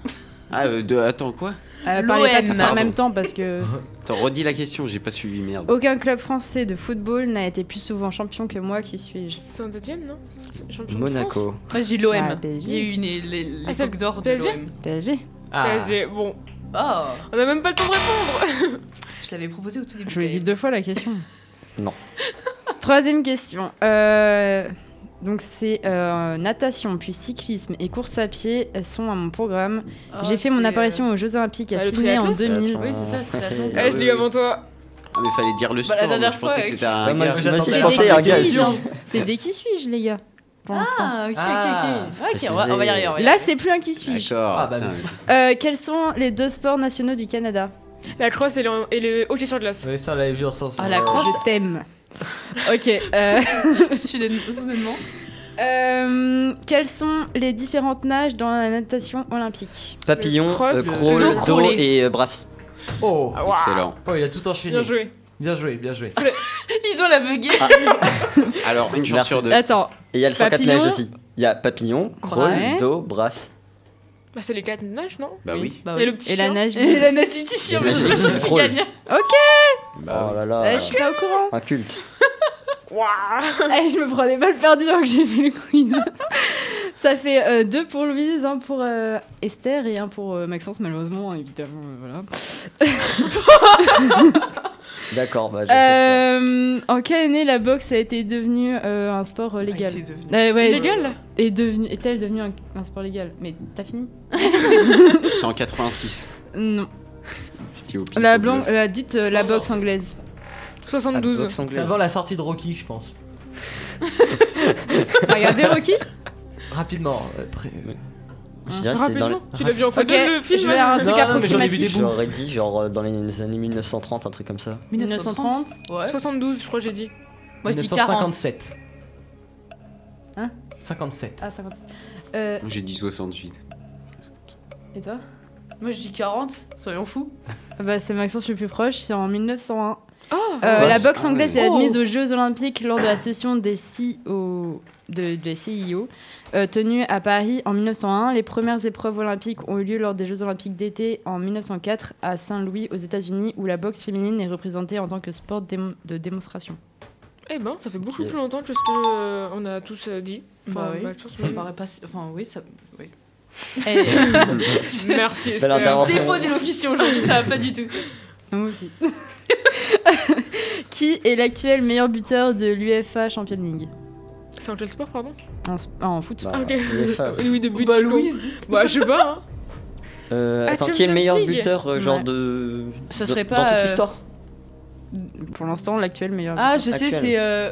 [SPEAKER 6] Ah, euh, de- attends, quoi
[SPEAKER 5] Euh, Parlez pas
[SPEAKER 7] L'OM.
[SPEAKER 5] tous en
[SPEAKER 6] Pardon.
[SPEAKER 5] même temps parce que
[SPEAKER 6] Attends, redis la question, j'ai pas suivi, merde.
[SPEAKER 4] Oh.
[SPEAKER 5] aucun club français de football n'a été plus souvent champion que moi. Qui suis-je
[SPEAKER 4] Saint-Étienne, non C'est champion de France
[SPEAKER 10] Monaco.
[SPEAKER 7] Moi, j'ai l'OM.
[SPEAKER 5] Ah,
[SPEAKER 7] Il
[SPEAKER 5] PSG.
[SPEAKER 7] y a eu une- les- les-
[SPEAKER 4] Ah, c'est
[SPEAKER 7] l'époque d'or de
[SPEAKER 4] PSG?
[SPEAKER 7] l'OM.
[SPEAKER 5] PSG.
[SPEAKER 9] Ah.
[SPEAKER 4] PSG, bon,
[SPEAKER 7] Oh,
[SPEAKER 4] on a même pas le temps de répondre.
[SPEAKER 7] je l'avais proposé au tout début.
[SPEAKER 5] Je lui ai dit deux fois la question.
[SPEAKER 10] Non.
[SPEAKER 5] Troisième question. Euh, donc c'est euh, natation, puis cyclisme et course à pied elles sont à mon programme.
[SPEAKER 7] Oh,
[SPEAKER 5] J'ai fait mon
[SPEAKER 7] c'est,
[SPEAKER 5] apparition aux Jeux Olympiques à
[SPEAKER 4] bah, le
[SPEAKER 5] Sydney en
[SPEAKER 4] triathlon
[SPEAKER 5] 2000.
[SPEAKER 10] Attends.
[SPEAKER 7] Oui, c'est ça, c'est la
[SPEAKER 4] Eh,
[SPEAKER 6] Ah
[SPEAKER 4] je
[SPEAKER 6] oui,
[SPEAKER 4] l'ai eu
[SPEAKER 6] oui.
[SPEAKER 4] avant toi.
[SPEAKER 6] Ah, mais fallait dire le
[SPEAKER 7] Bah,
[SPEAKER 6] sport,
[SPEAKER 7] la
[SPEAKER 6] moi,
[SPEAKER 7] dernière
[SPEAKER 6] je
[SPEAKER 7] fois,
[SPEAKER 6] pensais que
[SPEAKER 7] avec-
[SPEAKER 6] c'était un
[SPEAKER 10] Ouais, moi,
[SPEAKER 6] gars.
[SPEAKER 10] je-
[SPEAKER 9] j'attendais
[SPEAKER 10] moi,
[SPEAKER 5] C'est
[SPEAKER 10] je pensais à un
[SPEAKER 5] des
[SPEAKER 10] gars
[SPEAKER 5] qui
[SPEAKER 10] aussi.
[SPEAKER 5] suis-je C'est des qui suis-je les gars pour l'instant.
[SPEAKER 7] Ah, ok,
[SPEAKER 9] Ah,
[SPEAKER 7] ok, ok. Ok, on va, on va y arriver. on va y
[SPEAKER 5] Là
[SPEAKER 7] arriver.
[SPEAKER 5] c'est plus un qui suis-je.
[SPEAKER 6] D'accord.
[SPEAKER 9] Ah, bah,
[SPEAKER 6] putain,
[SPEAKER 9] oui.
[SPEAKER 6] mais-
[SPEAKER 5] Euh, quels sont les deux sports nationaux du Canada
[SPEAKER 4] La crosse et le, et le hockey sur glace.
[SPEAKER 9] Ouais, ça, on l'avait vu ensemble.
[SPEAKER 7] Ah, la crosse.
[SPEAKER 5] Je t'aime. ok. euh,
[SPEAKER 7] Soudainement. soudainement.
[SPEAKER 5] euh, quelles sont les différentes nages dans la natation olympique
[SPEAKER 10] Papillon, euh,
[SPEAKER 4] Cross, le-
[SPEAKER 10] crawl,
[SPEAKER 4] le
[SPEAKER 10] dos
[SPEAKER 7] crawlé.
[SPEAKER 10] et euh, brasse.
[SPEAKER 9] Oh.
[SPEAKER 4] Ah, waouh.
[SPEAKER 6] Excellent.
[SPEAKER 9] Oh, il a tout enchaîné.
[SPEAKER 4] Bien joué.
[SPEAKER 9] Bien joué, bien joué.
[SPEAKER 7] Ils ont la buguée.
[SPEAKER 6] Alors, une chance
[SPEAKER 10] Merci.
[SPEAKER 6] sur deux.
[SPEAKER 5] Attends,
[SPEAKER 10] Et il y a le 104
[SPEAKER 5] Papillon.
[SPEAKER 10] nages aussi. Il y a papillon, crawl,
[SPEAKER 5] Brasse.
[SPEAKER 10] dos, brasse.
[SPEAKER 4] Bah, c'est les quatre nages, non
[SPEAKER 6] Bah oui.
[SPEAKER 7] Bah
[SPEAKER 4] Et
[SPEAKER 7] oui.
[SPEAKER 4] le petit
[SPEAKER 5] et la
[SPEAKER 4] chien.
[SPEAKER 5] nage
[SPEAKER 7] Et la nage du tissu, mais je
[SPEAKER 10] nage du
[SPEAKER 7] suis
[SPEAKER 10] drôle.
[SPEAKER 7] gagnant.
[SPEAKER 6] Bah,
[SPEAKER 10] Oh
[SPEAKER 6] oui.
[SPEAKER 10] là là.
[SPEAKER 5] Euh, je suis pas au courant.
[SPEAKER 10] Un culte.
[SPEAKER 4] Waouh.
[SPEAKER 5] Eh, je me prenais pas le perdu alors que j'ai fait le quiz. Ça fait euh, deux pour Louise, un pour euh, Esther et un pour euh, Maxence, malheureusement, évidemment. euh, voilà.
[SPEAKER 10] D'accord, bah j'ai fait
[SPEAKER 5] Euh, en quelle année la boxe a été devenue euh, un sport euh, légal
[SPEAKER 7] Ah, t'es devenu-
[SPEAKER 5] Euh, ouais,
[SPEAKER 4] Légal
[SPEAKER 5] est devenu- Est-elle devenue un, un sport légal Mais t'as fini
[SPEAKER 6] C'est en 86.
[SPEAKER 5] Non.
[SPEAKER 6] C'était au pif,
[SPEAKER 5] La
[SPEAKER 6] au bluff.
[SPEAKER 5] blanc, la dite euh, la boxe
[SPEAKER 10] ça.
[SPEAKER 5] anglaise.
[SPEAKER 10] Ah,
[SPEAKER 4] 72.
[SPEAKER 10] boxe
[SPEAKER 9] C'est
[SPEAKER 10] anglaise.
[SPEAKER 9] avant la sortie de Rocky, je pense.
[SPEAKER 5] Regardez Rocky.
[SPEAKER 9] Rapidement. euh, très...
[SPEAKER 10] Je dirais que c'est dans les-
[SPEAKER 4] Rapidement, tu l'as vu en photo
[SPEAKER 5] Ok,
[SPEAKER 4] le film hein.
[SPEAKER 5] je vais à un
[SPEAKER 9] Non,
[SPEAKER 5] truc
[SPEAKER 9] non, mais j'en ai vu des
[SPEAKER 5] approximatif.
[SPEAKER 9] bouts.
[SPEAKER 10] J'aurais dit genre euh, dans les années 1930, un truc comme ça.
[SPEAKER 5] 1930.
[SPEAKER 7] bah, Ouais.
[SPEAKER 4] 72, je crois que j'ai dit.
[SPEAKER 7] Moi, je dis 40.
[SPEAKER 9] 1957.
[SPEAKER 5] Hein
[SPEAKER 9] 57.
[SPEAKER 5] Ah, 50. Euh,
[SPEAKER 6] J'ai dit 68.
[SPEAKER 5] et toi
[SPEAKER 7] Moi, je dis 40. Soyons fous.
[SPEAKER 5] Bah, c'est Maxence le plus proche, c'est en 1901.
[SPEAKER 4] Oh
[SPEAKER 5] Euh,
[SPEAKER 6] Quoi
[SPEAKER 5] la boxe anglaise
[SPEAKER 6] Ah
[SPEAKER 5] est
[SPEAKER 4] ouais.
[SPEAKER 5] admise aux Jeux Olympiques lors de la session des CIO, de, des CIO euh, tenue à Paris en 1901. Les premières épreuves olympiques ont eu lieu lors des Jeux Olympiques d'été en 1904 à Saint-Louis aux États-Unis où la boxe féminine est représentée en tant que sport dém- de démonstration.
[SPEAKER 4] Eh ben, ça fait beaucoup
[SPEAKER 10] Ok.
[SPEAKER 4] plus longtemps que ce que euh, on a tous euh, dit. Enfin,
[SPEAKER 5] Bah oui.
[SPEAKER 4] bah, je pense que-
[SPEAKER 7] Ça me paraît pas. si- Enfin, oui, ça. Oui.
[SPEAKER 4] Eh, Merci. Esther.
[SPEAKER 10] intervention.
[SPEAKER 7] Défaut d'élocution aujourd'hui, ça va pas du tout.
[SPEAKER 5] Moi aussi. Qui est l'actuel meilleur buteur de l'UFA Champions League
[SPEAKER 4] C'est en quel sport, pardon
[SPEAKER 5] en, s- ah, en foot
[SPEAKER 10] Bah,
[SPEAKER 4] Ok.
[SPEAKER 10] les femmes.
[SPEAKER 4] Oui, oui, de but. Bah, Louise Bah, je sais pas, hein.
[SPEAKER 10] Euh,
[SPEAKER 4] Ah,
[SPEAKER 10] attends, qui est
[SPEAKER 4] Champions
[SPEAKER 10] le meilleur
[SPEAKER 4] League.
[SPEAKER 10] buteur euh, genre
[SPEAKER 5] Ouais.
[SPEAKER 10] de.
[SPEAKER 7] Ça
[SPEAKER 10] dans-
[SPEAKER 7] serait
[SPEAKER 10] Dans
[SPEAKER 7] pas,
[SPEAKER 10] toute
[SPEAKER 7] euh,
[SPEAKER 10] l'histoire
[SPEAKER 5] Pour l'instant, l'actuel meilleur
[SPEAKER 7] Ah, je sais,
[SPEAKER 10] Actuel.
[SPEAKER 7] c'est. euh,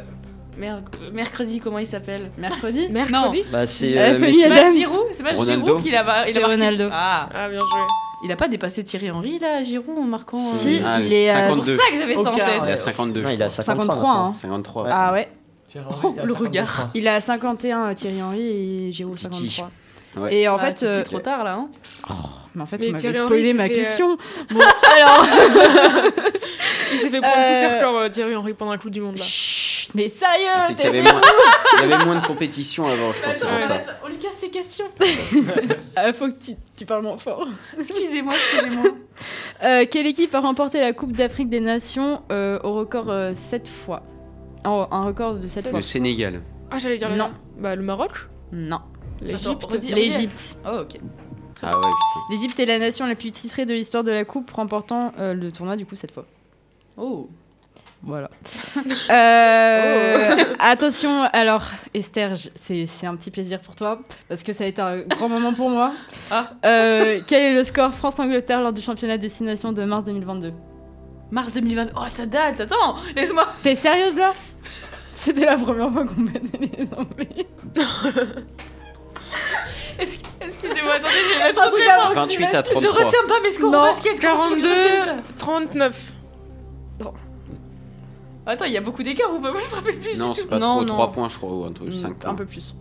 [SPEAKER 7] merc- Mercredi, comment il s'appelle
[SPEAKER 5] Mercredi
[SPEAKER 4] Mercredi
[SPEAKER 10] Bah c'est
[SPEAKER 5] Ah,
[SPEAKER 10] euh,
[SPEAKER 5] Femi
[SPEAKER 10] Messi.
[SPEAKER 7] C'est
[SPEAKER 5] Adams.
[SPEAKER 7] pas Giroud C'est pas
[SPEAKER 6] Ronaldo.
[SPEAKER 7] Giroud qui l'a mar- il a
[SPEAKER 5] C'est
[SPEAKER 7] marqué
[SPEAKER 5] Ronaldo.
[SPEAKER 7] Ah,
[SPEAKER 4] Ah, bien joué.
[SPEAKER 7] il a pas dépassé Thierry Henry là, Giroud en marquant.
[SPEAKER 5] Si,
[SPEAKER 7] euh,
[SPEAKER 6] Ah,
[SPEAKER 5] il est à
[SPEAKER 7] C'est pour
[SPEAKER 6] 52.
[SPEAKER 7] ça que j'avais ça en
[SPEAKER 9] Au quart,
[SPEAKER 6] Il a
[SPEAKER 7] tête.
[SPEAKER 9] ouais.
[SPEAKER 6] 52.
[SPEAKER 10] Non, il a 53.
[SPEAKER 5] 53,
[SPEAKER 10] maintenant.
[SPEAKER 5] hein.
[SPEAKER 6] 53.
[SPEAKER 5] Ah ouais
[SPEAKER 7] Oh, le regard.
[SPEAKER 5] Il a 51 euh, Thierry Henry et Giroud
[SPEAKER 6] Titi.
[SPEAKER 5] 53.
[SPEAKER 6] Ouais.
[SPEAKER 5] Et en
[SPEAKER 7] En
[SPEAKER 5] fait,
[SPEAKER 7] fait,
[SPEAKER 5] euh,
[SPEAKER 7] c'est trop tard là. hein.
[SPEAKER 5] mais en fait,
[SPEAKER 4] Mais
[SPEAKER 5] vous m'avez
[SPEAKER 4] Thierry Henry,
[SPEAKER 5] spoilé
[SPEAKER 4] il
[SPEAKER 5] ma
[SPEAKER 4] s'est fait, euh,
[SPEAKER 5] question. Bon, alors,
[SPEAKER 4] Il s'est fait prendre tous ses
[SPEAKER 5] Euh,
[SPEAKER 4] records, euh, Thierry Henry, pendant la Coupe du Monde. Là.
[SPEAKER 5] Chut, mais
[SPEAKER 6] Ah, C'est
[SPEAKER 5] sérieux
[SPEAKER 6] qu'il y avait moins, il y avait moins de compétition avant, je pense. C'est pour ça.
[SPEAKER 7] On lui casse ses questions.
[SPEAKER 5] Ah, Faut que tu, tu parles moins fort.
[SPEAKER 7] Excusez-moi, excusez-moi.
[SPEAKER 5] Euh, quelle équipe a remporté la Coupe d'Afrique des Nations euh, au record 7 fois Oh, Un record de 7 fois.
[SPEAKER 6] Le Sénégal.
[SPEAKER 4] Ah, j'allais dire le-
[SPEAKER 5] Non.
[SPEAKER 4] Bah, le Maroc
[SPEAKER 5] Non.
[SPEAKER 4] L'Égypte
[SPEAKER 7] redis.
[SPEAKER 5] L'Égypte.
[SPEAKER 7] Oh, ok.
[SPEAKER 5] très
[SPEAKER 6] Ah
[SPEAKER 5] bien.
[SPEAKER 6] ouais, putain.
[SPEAKER 5] L'Égypte est la nation la plus titrée de l'histoire de la Coupe, remportant euh, le tournoi du coup cette fois.
[SPEAKER 7] Oh.
[SPEAKER 5] Voilà. Euh, Attention, alors Esther, je- c'est c'est un petit plaisir pour toi parce que ça a été un grand moment pour moi.
[SPEAKER 7] Ah.
[SPEAKER 5] Euh, quel est le score France-Angleterre lors du championnat destination de mars 2022
[SPEAKER 7] Mars 2020. Oh, ça date. Attends, laisse-moi.
[SPEAKER 5] T'es sérieuse là C'était la première fois qu'on battait les Anglais.
[SPEAKER 7] Est-ce que- Excusez-moi, attendez, je vais mettre
[SPEAKER 5] En
[SPEAKER 7] un
[SPEAKER 5] tout
[SPEAKER 7] truc.
[SPEAKER 5] cas,
[SPEAKER 7] moi.
[SPEAKER 6] 28 à
[SPEAKER 7] Je
[SPEAKER 6] 33.
[SPEAKER 7] retiens pas mes scores
[SPEAKER 4] Non,
[SPEAKER 7] au basket. comment tu veux que je
[SPEAKER 4] 42.
[SPEAKER 7] retienne
[SPEAKER 4] 39.
[SPEAKER 7] ça Attends, il y a beaucoup d'écart ou pas Moi, je me rappelle plus
[SPEAKER 6] Non,
[SPEAKER 7] du
[SPEAKER 6] c'est
[SPEAKER 7] tout.
[SPEAKER 6] pas
[SPEAKER 5] Non,
[SPEAKER 6] trop.
[SPEAKER 5] non. Mm,
[SPEAKER 6] 3 points, je crois, ou un truc, 5 points.
[SPEAKER 5] Un peu plus.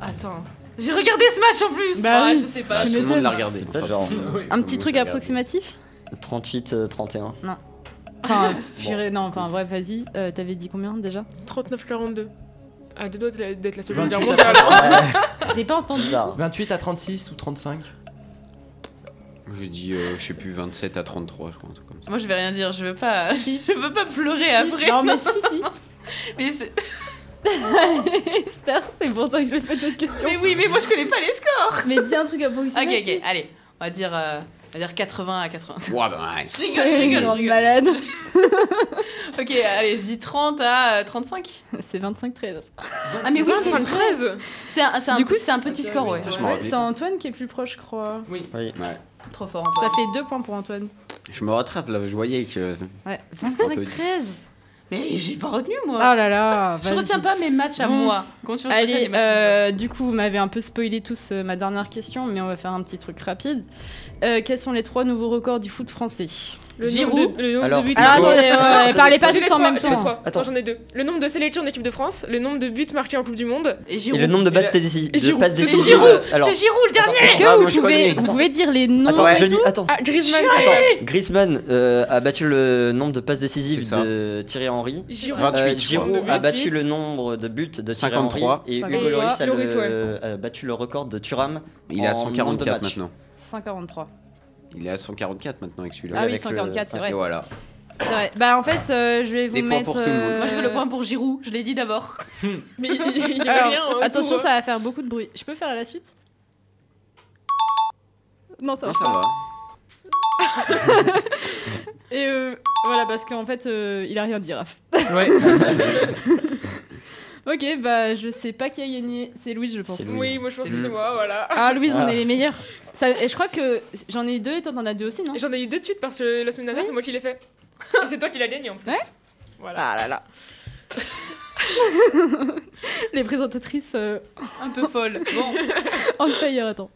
[SPEAKER 7] Attends. J'ai regardé ce match en plus.
[SPEAKER 5] Bah
[SPEAKER 7] ah,
[SPEAKER 5] oui.
[SPEAKER 7] je sais
[SPEAKER 6] Ah,
[SPEAKER 7] pas.
[SPEAKER 5] Tu
[SPEAKER 6] tout
[SPEAKER 7] je-
[SPEAKER 6] le monde l'a
[SPEAKER 5] m'étonnes.
[SPEAKER 6] regardé.
[SPEAKER 10] C'est pas genre euh,
[SPEAKER 5] Un petit truc approximatif
[SPEAKER 7] hein.
[SPEAKER 10] 38-31.
[SPEAKER 5] Enfin, purée, non, enfin bref, vas-y. Euh, T'avais dit combien déjà
[SPEAKER 4] 39-42. À deux doigts Ah, de la- d'être la seconde guerre
[SPEAKER 9] 28 à
[SPEAKER 4] mondiale.
[SPEAKER 5] Je l'ai pas entendu.
[SPEAKER 10] Bizarre.
[SPEAKER 9] 28 à 36 ou 35
[SPEAKER 6] J'ai dit, euh, je sais plus, 27 à 33, je crois, un truc comme ça.
[SPEAKER 7] Moi, je vais rien dire. Je veux pas.
[SPEAKER 5] Si.
[SPEAKER 7] Je veux pas pleurer
[SPEAKER 5] Si,
[SPEAKER 7] après.
[SPEAKER 5] Non, mais si, si.
[SPEAKER 7] Mais c'est-
[SPEAKER 5] Esther, c'est pour toi que je fais cette question.
[SPEAKER 7] mais oui, mais moi, je connais pas les scores.
[SPEAKER 5] Mais dis un truc
[SPEAKER 7] Ok,
[SPEAKER 5] approximatif.
[SPEAKER 7] ok, allez, on va dire, euh, on va dire 80 à 80.
[SPEAKER 6] Ouah, bah, nice.
[SPEAKER 7] Je rigole, je rigole, je rigole.
[SPEAKER 5] Malade.
[SPEAKER 7] Ok, allez, je dis 30 à euh, 35.
[SPEAKER 5] C'est 25 13.
[SPEAKER 7] Ah, mais oui, c'est
[SPEAKER 4] 25,
[SPEAKER 7] vrai.
[SPEAKER 4] 13.
[SPEAKER 7] C'est un, c'est un,
[SPEAKER 5] Du coup,
[SPEAKER 7] c'est un
[SPEAKER 5] c'est-
[SPEAKER 7] petit score, ouais.
[SPEAKER 6] Ça, je
[SPEAKER 9] Ouais,
[SPEAKER 6] m'en rappelais.
[SPEAKER 5] C'est Antoine qui est plus proche, je crois.
[SPEAKER 10] Oui.
[SPEAKER 6] Ouais.
[SPEAKER 7] Trop fort, hein,
[SPEAKER 5] Ça
[SPEAKER 7] Antoine.
[SPEAKER 5] fait 2 points pour Antoine.
[SPEAKER 6] Je me rattrape là, je voyais que.
[SPEAKER 5] Ouais.
[SPEAKER 6] un peu
[SPEAKER 5] 25
[SPEAKER 6] dit.
[SPEAKER 5] 13.
[SPEAKER 7] Mais j'ai pas retenu,
[SPEAKER 5] Oh
[SPEAKER 7] moi.
[SPEAKER 5] là là.
[SPEAKER 7] je
[SPEAKER 5] vas-y.
[SPEAKER 7] retiens pas mes matchs à
[SPEAKER 5] Bon.
[SPEAKER 7] moi. Quand tu veux, je retiens les
[SPEAKER 5] Allez,
[SPEAKER 7] matchs des
[SPEAKER 5] euh, du coup, vous m'avez un peu spoilé tous euh, ma dernière question, mais on va faire un petit truc rapide. Euh, quels sont les trois nouveaux records du foot français
[SPEAKER 4] Le
[SPEAKER 7] Giroud.
[SPEAKER 4] nombre de, le nombre
[SPEAKER 10] Alors,
[SPEAKER 4] de buts.
[SPEAKER 5] Alors
[SPEAKER 10] Hugo.
[SPEAKER 5] attendez, euh,
[SPEAKER 10] Attendez.
[SPEAKER 5] parlez pas
[SPEAKER 4] J'ai les
[SPEAKER 5] tous en
[SPEAKER 4] trois,
[SPEAKER 5] même
[SPEAKER 4] j'ai les
[SPEAKER 5] temps.
[SPEAKER 4] trois.
[SPEAKER 10] Attends.
[SPEAKER 4] Non, j'en ai deux. Le nombre de sélections en équipe de France, le nombre de buts marqués en Coupe du Monde.
[SPEAKER 7] autres. Et
[SPEAKER 10] Et le
[SPEAKER 7] Giroud.
[SPEAKER 10] nombre de passes
[SPEAKER 9] Et-
[SPEAKER 10] décisives. de
[SPEAKER 4] et Giroud.
[SPEAKER 10] passes
[SPEAKER 4] C'est
[SPEAKER 10] décisives,
[SPEAKER 4] Giroud.
[SPEAKER 10] euh, alors,
[SPEAKER 7] C'est Giroud, le dernier
[SPEAKER 5] Est-ce que
[SPEAKER 6] Ah,
[SPEAKER 5] vous,
[SPEAKER 6] moi, je
[SPEAKER 5] pouvez,
[SPEAKER 6] connais.
[SPEAKER 5] vous pouvez dire les noms
[SPEAKER 10] attends, je lis. Attends.
[SPEAKER 4] Ah, Griezmann,
[SPEAKER 10] Attends,
[SPEAKER 4] c'est
[SPEAKER 10] Griezmann euh, a battu le nombre de passes décisives
[SPEAKER 6] C'est ça.
[SPEAKER 10] de Thierry Henry.
[SPEAKER 4] Giroud.
[SPEAKER 10] Euh,
[SPEAKER 6] 28, je crois.
[SPEAKER 10] Giroud a
[SPEAKER 4] Huit.
[SPEAKER 10] battu le nombre de buts de Thierry
[SPEAKER 6] 53.
[SPEAKER 10] Henry. Et Hugo
[SPEAKER 5] 53.
[SPEAKER 10] Loris a, le-
[SPEAKER 4] Loris, ouais.
[SPEAKER 10] a battu le record de Thuram.
[SPEAKER 6] Il est à
[SPEAKER 10] en nombre de
[SPEAKER 6] 144
[SPEAKER 10] matchs.
[SPEAKER 6] maintenant.
[SPEAKER 5] 143.
[SPEAKER 6] Il est à 144 maintenant avec celui-là.
[SPEAKER 5] Ah oui,
[SPEAKER 10] avec le-
[SPEAKER 5] 144, c'est
[SPEAKER 6] Et
[SPEAKER 5] vrai.
[SPEAKER 6] voilà.
[SPEAKER 5] C'est vrai. Bah en fait, euh, je vais vous
[SPEAKER 6] Des points
[SPEAKER 5] mettre.
[SPEAKER 6] pour tout le monde.
[SPEAKER 5] euh,
[SPEAKER 7] Moi, je veux le point pour Giroud, je l'ai dit d'abord.
[SPEAKER 4] Mais il il y avait
[SPEAKER 5] Alors,
[SPEAKER 4] rien. hein,
[SPEAKER 5] attention,
[SPEAKER 4] autour.
[SPEAKER 5] ça va faire beaucoup de bruit. Je peux faire à la suite Non, ça va.
[SPEAKER 6] Non, ça
[SPEAKER 5] pas.
[SPEAKER 6] va.
[SPEAKER 5] Et euh, voilà, parce qu'en fait, euh, il a rien dit, Raph.
[SPEAKER 9] Ouais.
[SPEAKER 5] Ok, bah je sais pas qui a gagné. C'est Louise, je pense.
[SPEAKER 10] C'est Louise.
[SPEAKER 4] Oui, moi je pense
[SPEAKER 10] C'est
[SPEAKER 4] que c'est
[SPEAKER 10] Louis.
[SPEAKER 4] moi, voilà.
[SPEAKER 5] Ah, Louise, on
[SPEAKER 10] Ah.
[SPEAKER 5] est les meilleurs. Ça- et je crois que j'en ai eu deux et toi t'en as deux aussi, non
[SPEAKER 4] J'en ai eu deux de suite parce que la semaine dernière,
[SPEAKER 5] Oui.
[SPEAKER 4] c'est moi qui l'ai fait. Et c'est toi qui l'as gagné en plus.
[SPEAKER 5] Ouais.
[SPEAKER 4] Voilà.
[SPEAKER 5] Ah là là. les présentatrices euh,
[SPEAKER 7] Un peu folle. Bon,
[SPEAKER 5] en fire, attends.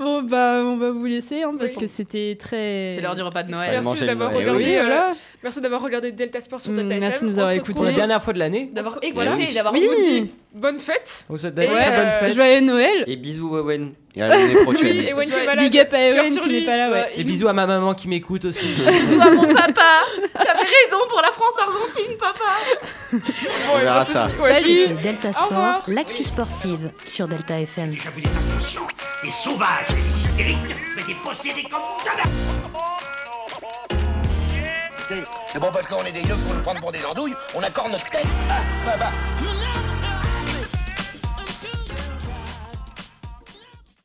[SPEAKER 5] Bon, bah on va vous laisser hein, parce
[SPEAKER 4] Oui.
[SPEAKER 5] que c'était très.
[SPEAKER 7] c'est l'heure du repas de Noël.
[SPEAKER 10] Fallait
[SPEAKER 4] Merci
[SPEAKER 10] manger
[SPEAKER 4] d'avoir
[SPEAKER 10] le Noël.
[SPEAKER 5] Eh Oui,
[SPEAKER 4] regardé. euh,
[SPEAKER 5] voilà.
[SPEAKER 4] Merci d'avoir regardé Delta Sport sur
[SPEAKER 5] Mm,
[SPEAKER 4] Delta FM.
[SPEAKER 5] merci de nous
[SPEAKER 4] On
[SPEAKER 5] avoir
[SPEAKER 4] se
[SPEAKER 5] écoutés.
[SPEAKER 9] Pour la
[SPEAKER 4] retrouve-
[SPEAKER 9] dernière fois de l'année.
[SPEAKER 7] D'avoir
[SPEAKER 4] Voilà.
[SPEAKER 7] écouté et d'avoir
[SPEAKER 5] Oui.
[SPEAKER 7] vous dit.
[SPEAKER 4] Bonne fête.
[SPEAKER 9] On vous souhaite
[SPEAKER 4] Et,
[SPEAKER 9] d'aller Eh très bonne
[SPEAKER 4] euh,
[SPEAKER 9] fête.
[SPEAKER 5] Joyeux Noël.
[SPEAKER 10] Et bisous Owen.
[SPEAKER 6] Et à l'année prochaine.
[SPEAKER 4] Oui, et Wayne, tu es
[SPEAKER 7] Big
[SPEAKER 4] malade.
[SPEAKER 5] Big up à
[SPEAKER 4] Cœur
[SPEAKER 5] Ewen
[SPEAKER 4] sur
[SPEAKER 5] qui n'est
[SPEAKER 4] lui.
[SPEAKER 5] pas là, ouais.
[SPEAKER 9] Et bisous à ma maman qui m'écoute aussi.
[SPEAKER 7] Bisous à mon papa. T'avais raison pour la France-Argentine, papa.
[SPEAKER 4] Bon,
[SPEAKER 6] On
[SPEAKER 4] et
[SPEAKER 6] verra
[SPEAKER 4] ben, c'est-
[SPEAKER 6] ça.
[SPEAKER 4] ouais, c'est-
[SPEAKER 1] C'était Delta
[SPEAKER 4] Au
[SPEAKER 1] Sport,
[SPEAKER 4] revoir.
[SPEAKER 1] l'actu sportive sur Delta FM.
[SPEAKER 11] J'avoue des inconscients, des sauvages, des hystériques, mais des possédés comme jamais
[SPEAKER 3] C'est bon, parce qu'on est des yeux pour nous prendre pour des andouilles, on accorde notre tête. Ah, bah, bah.
[SPEAKER 8] You'll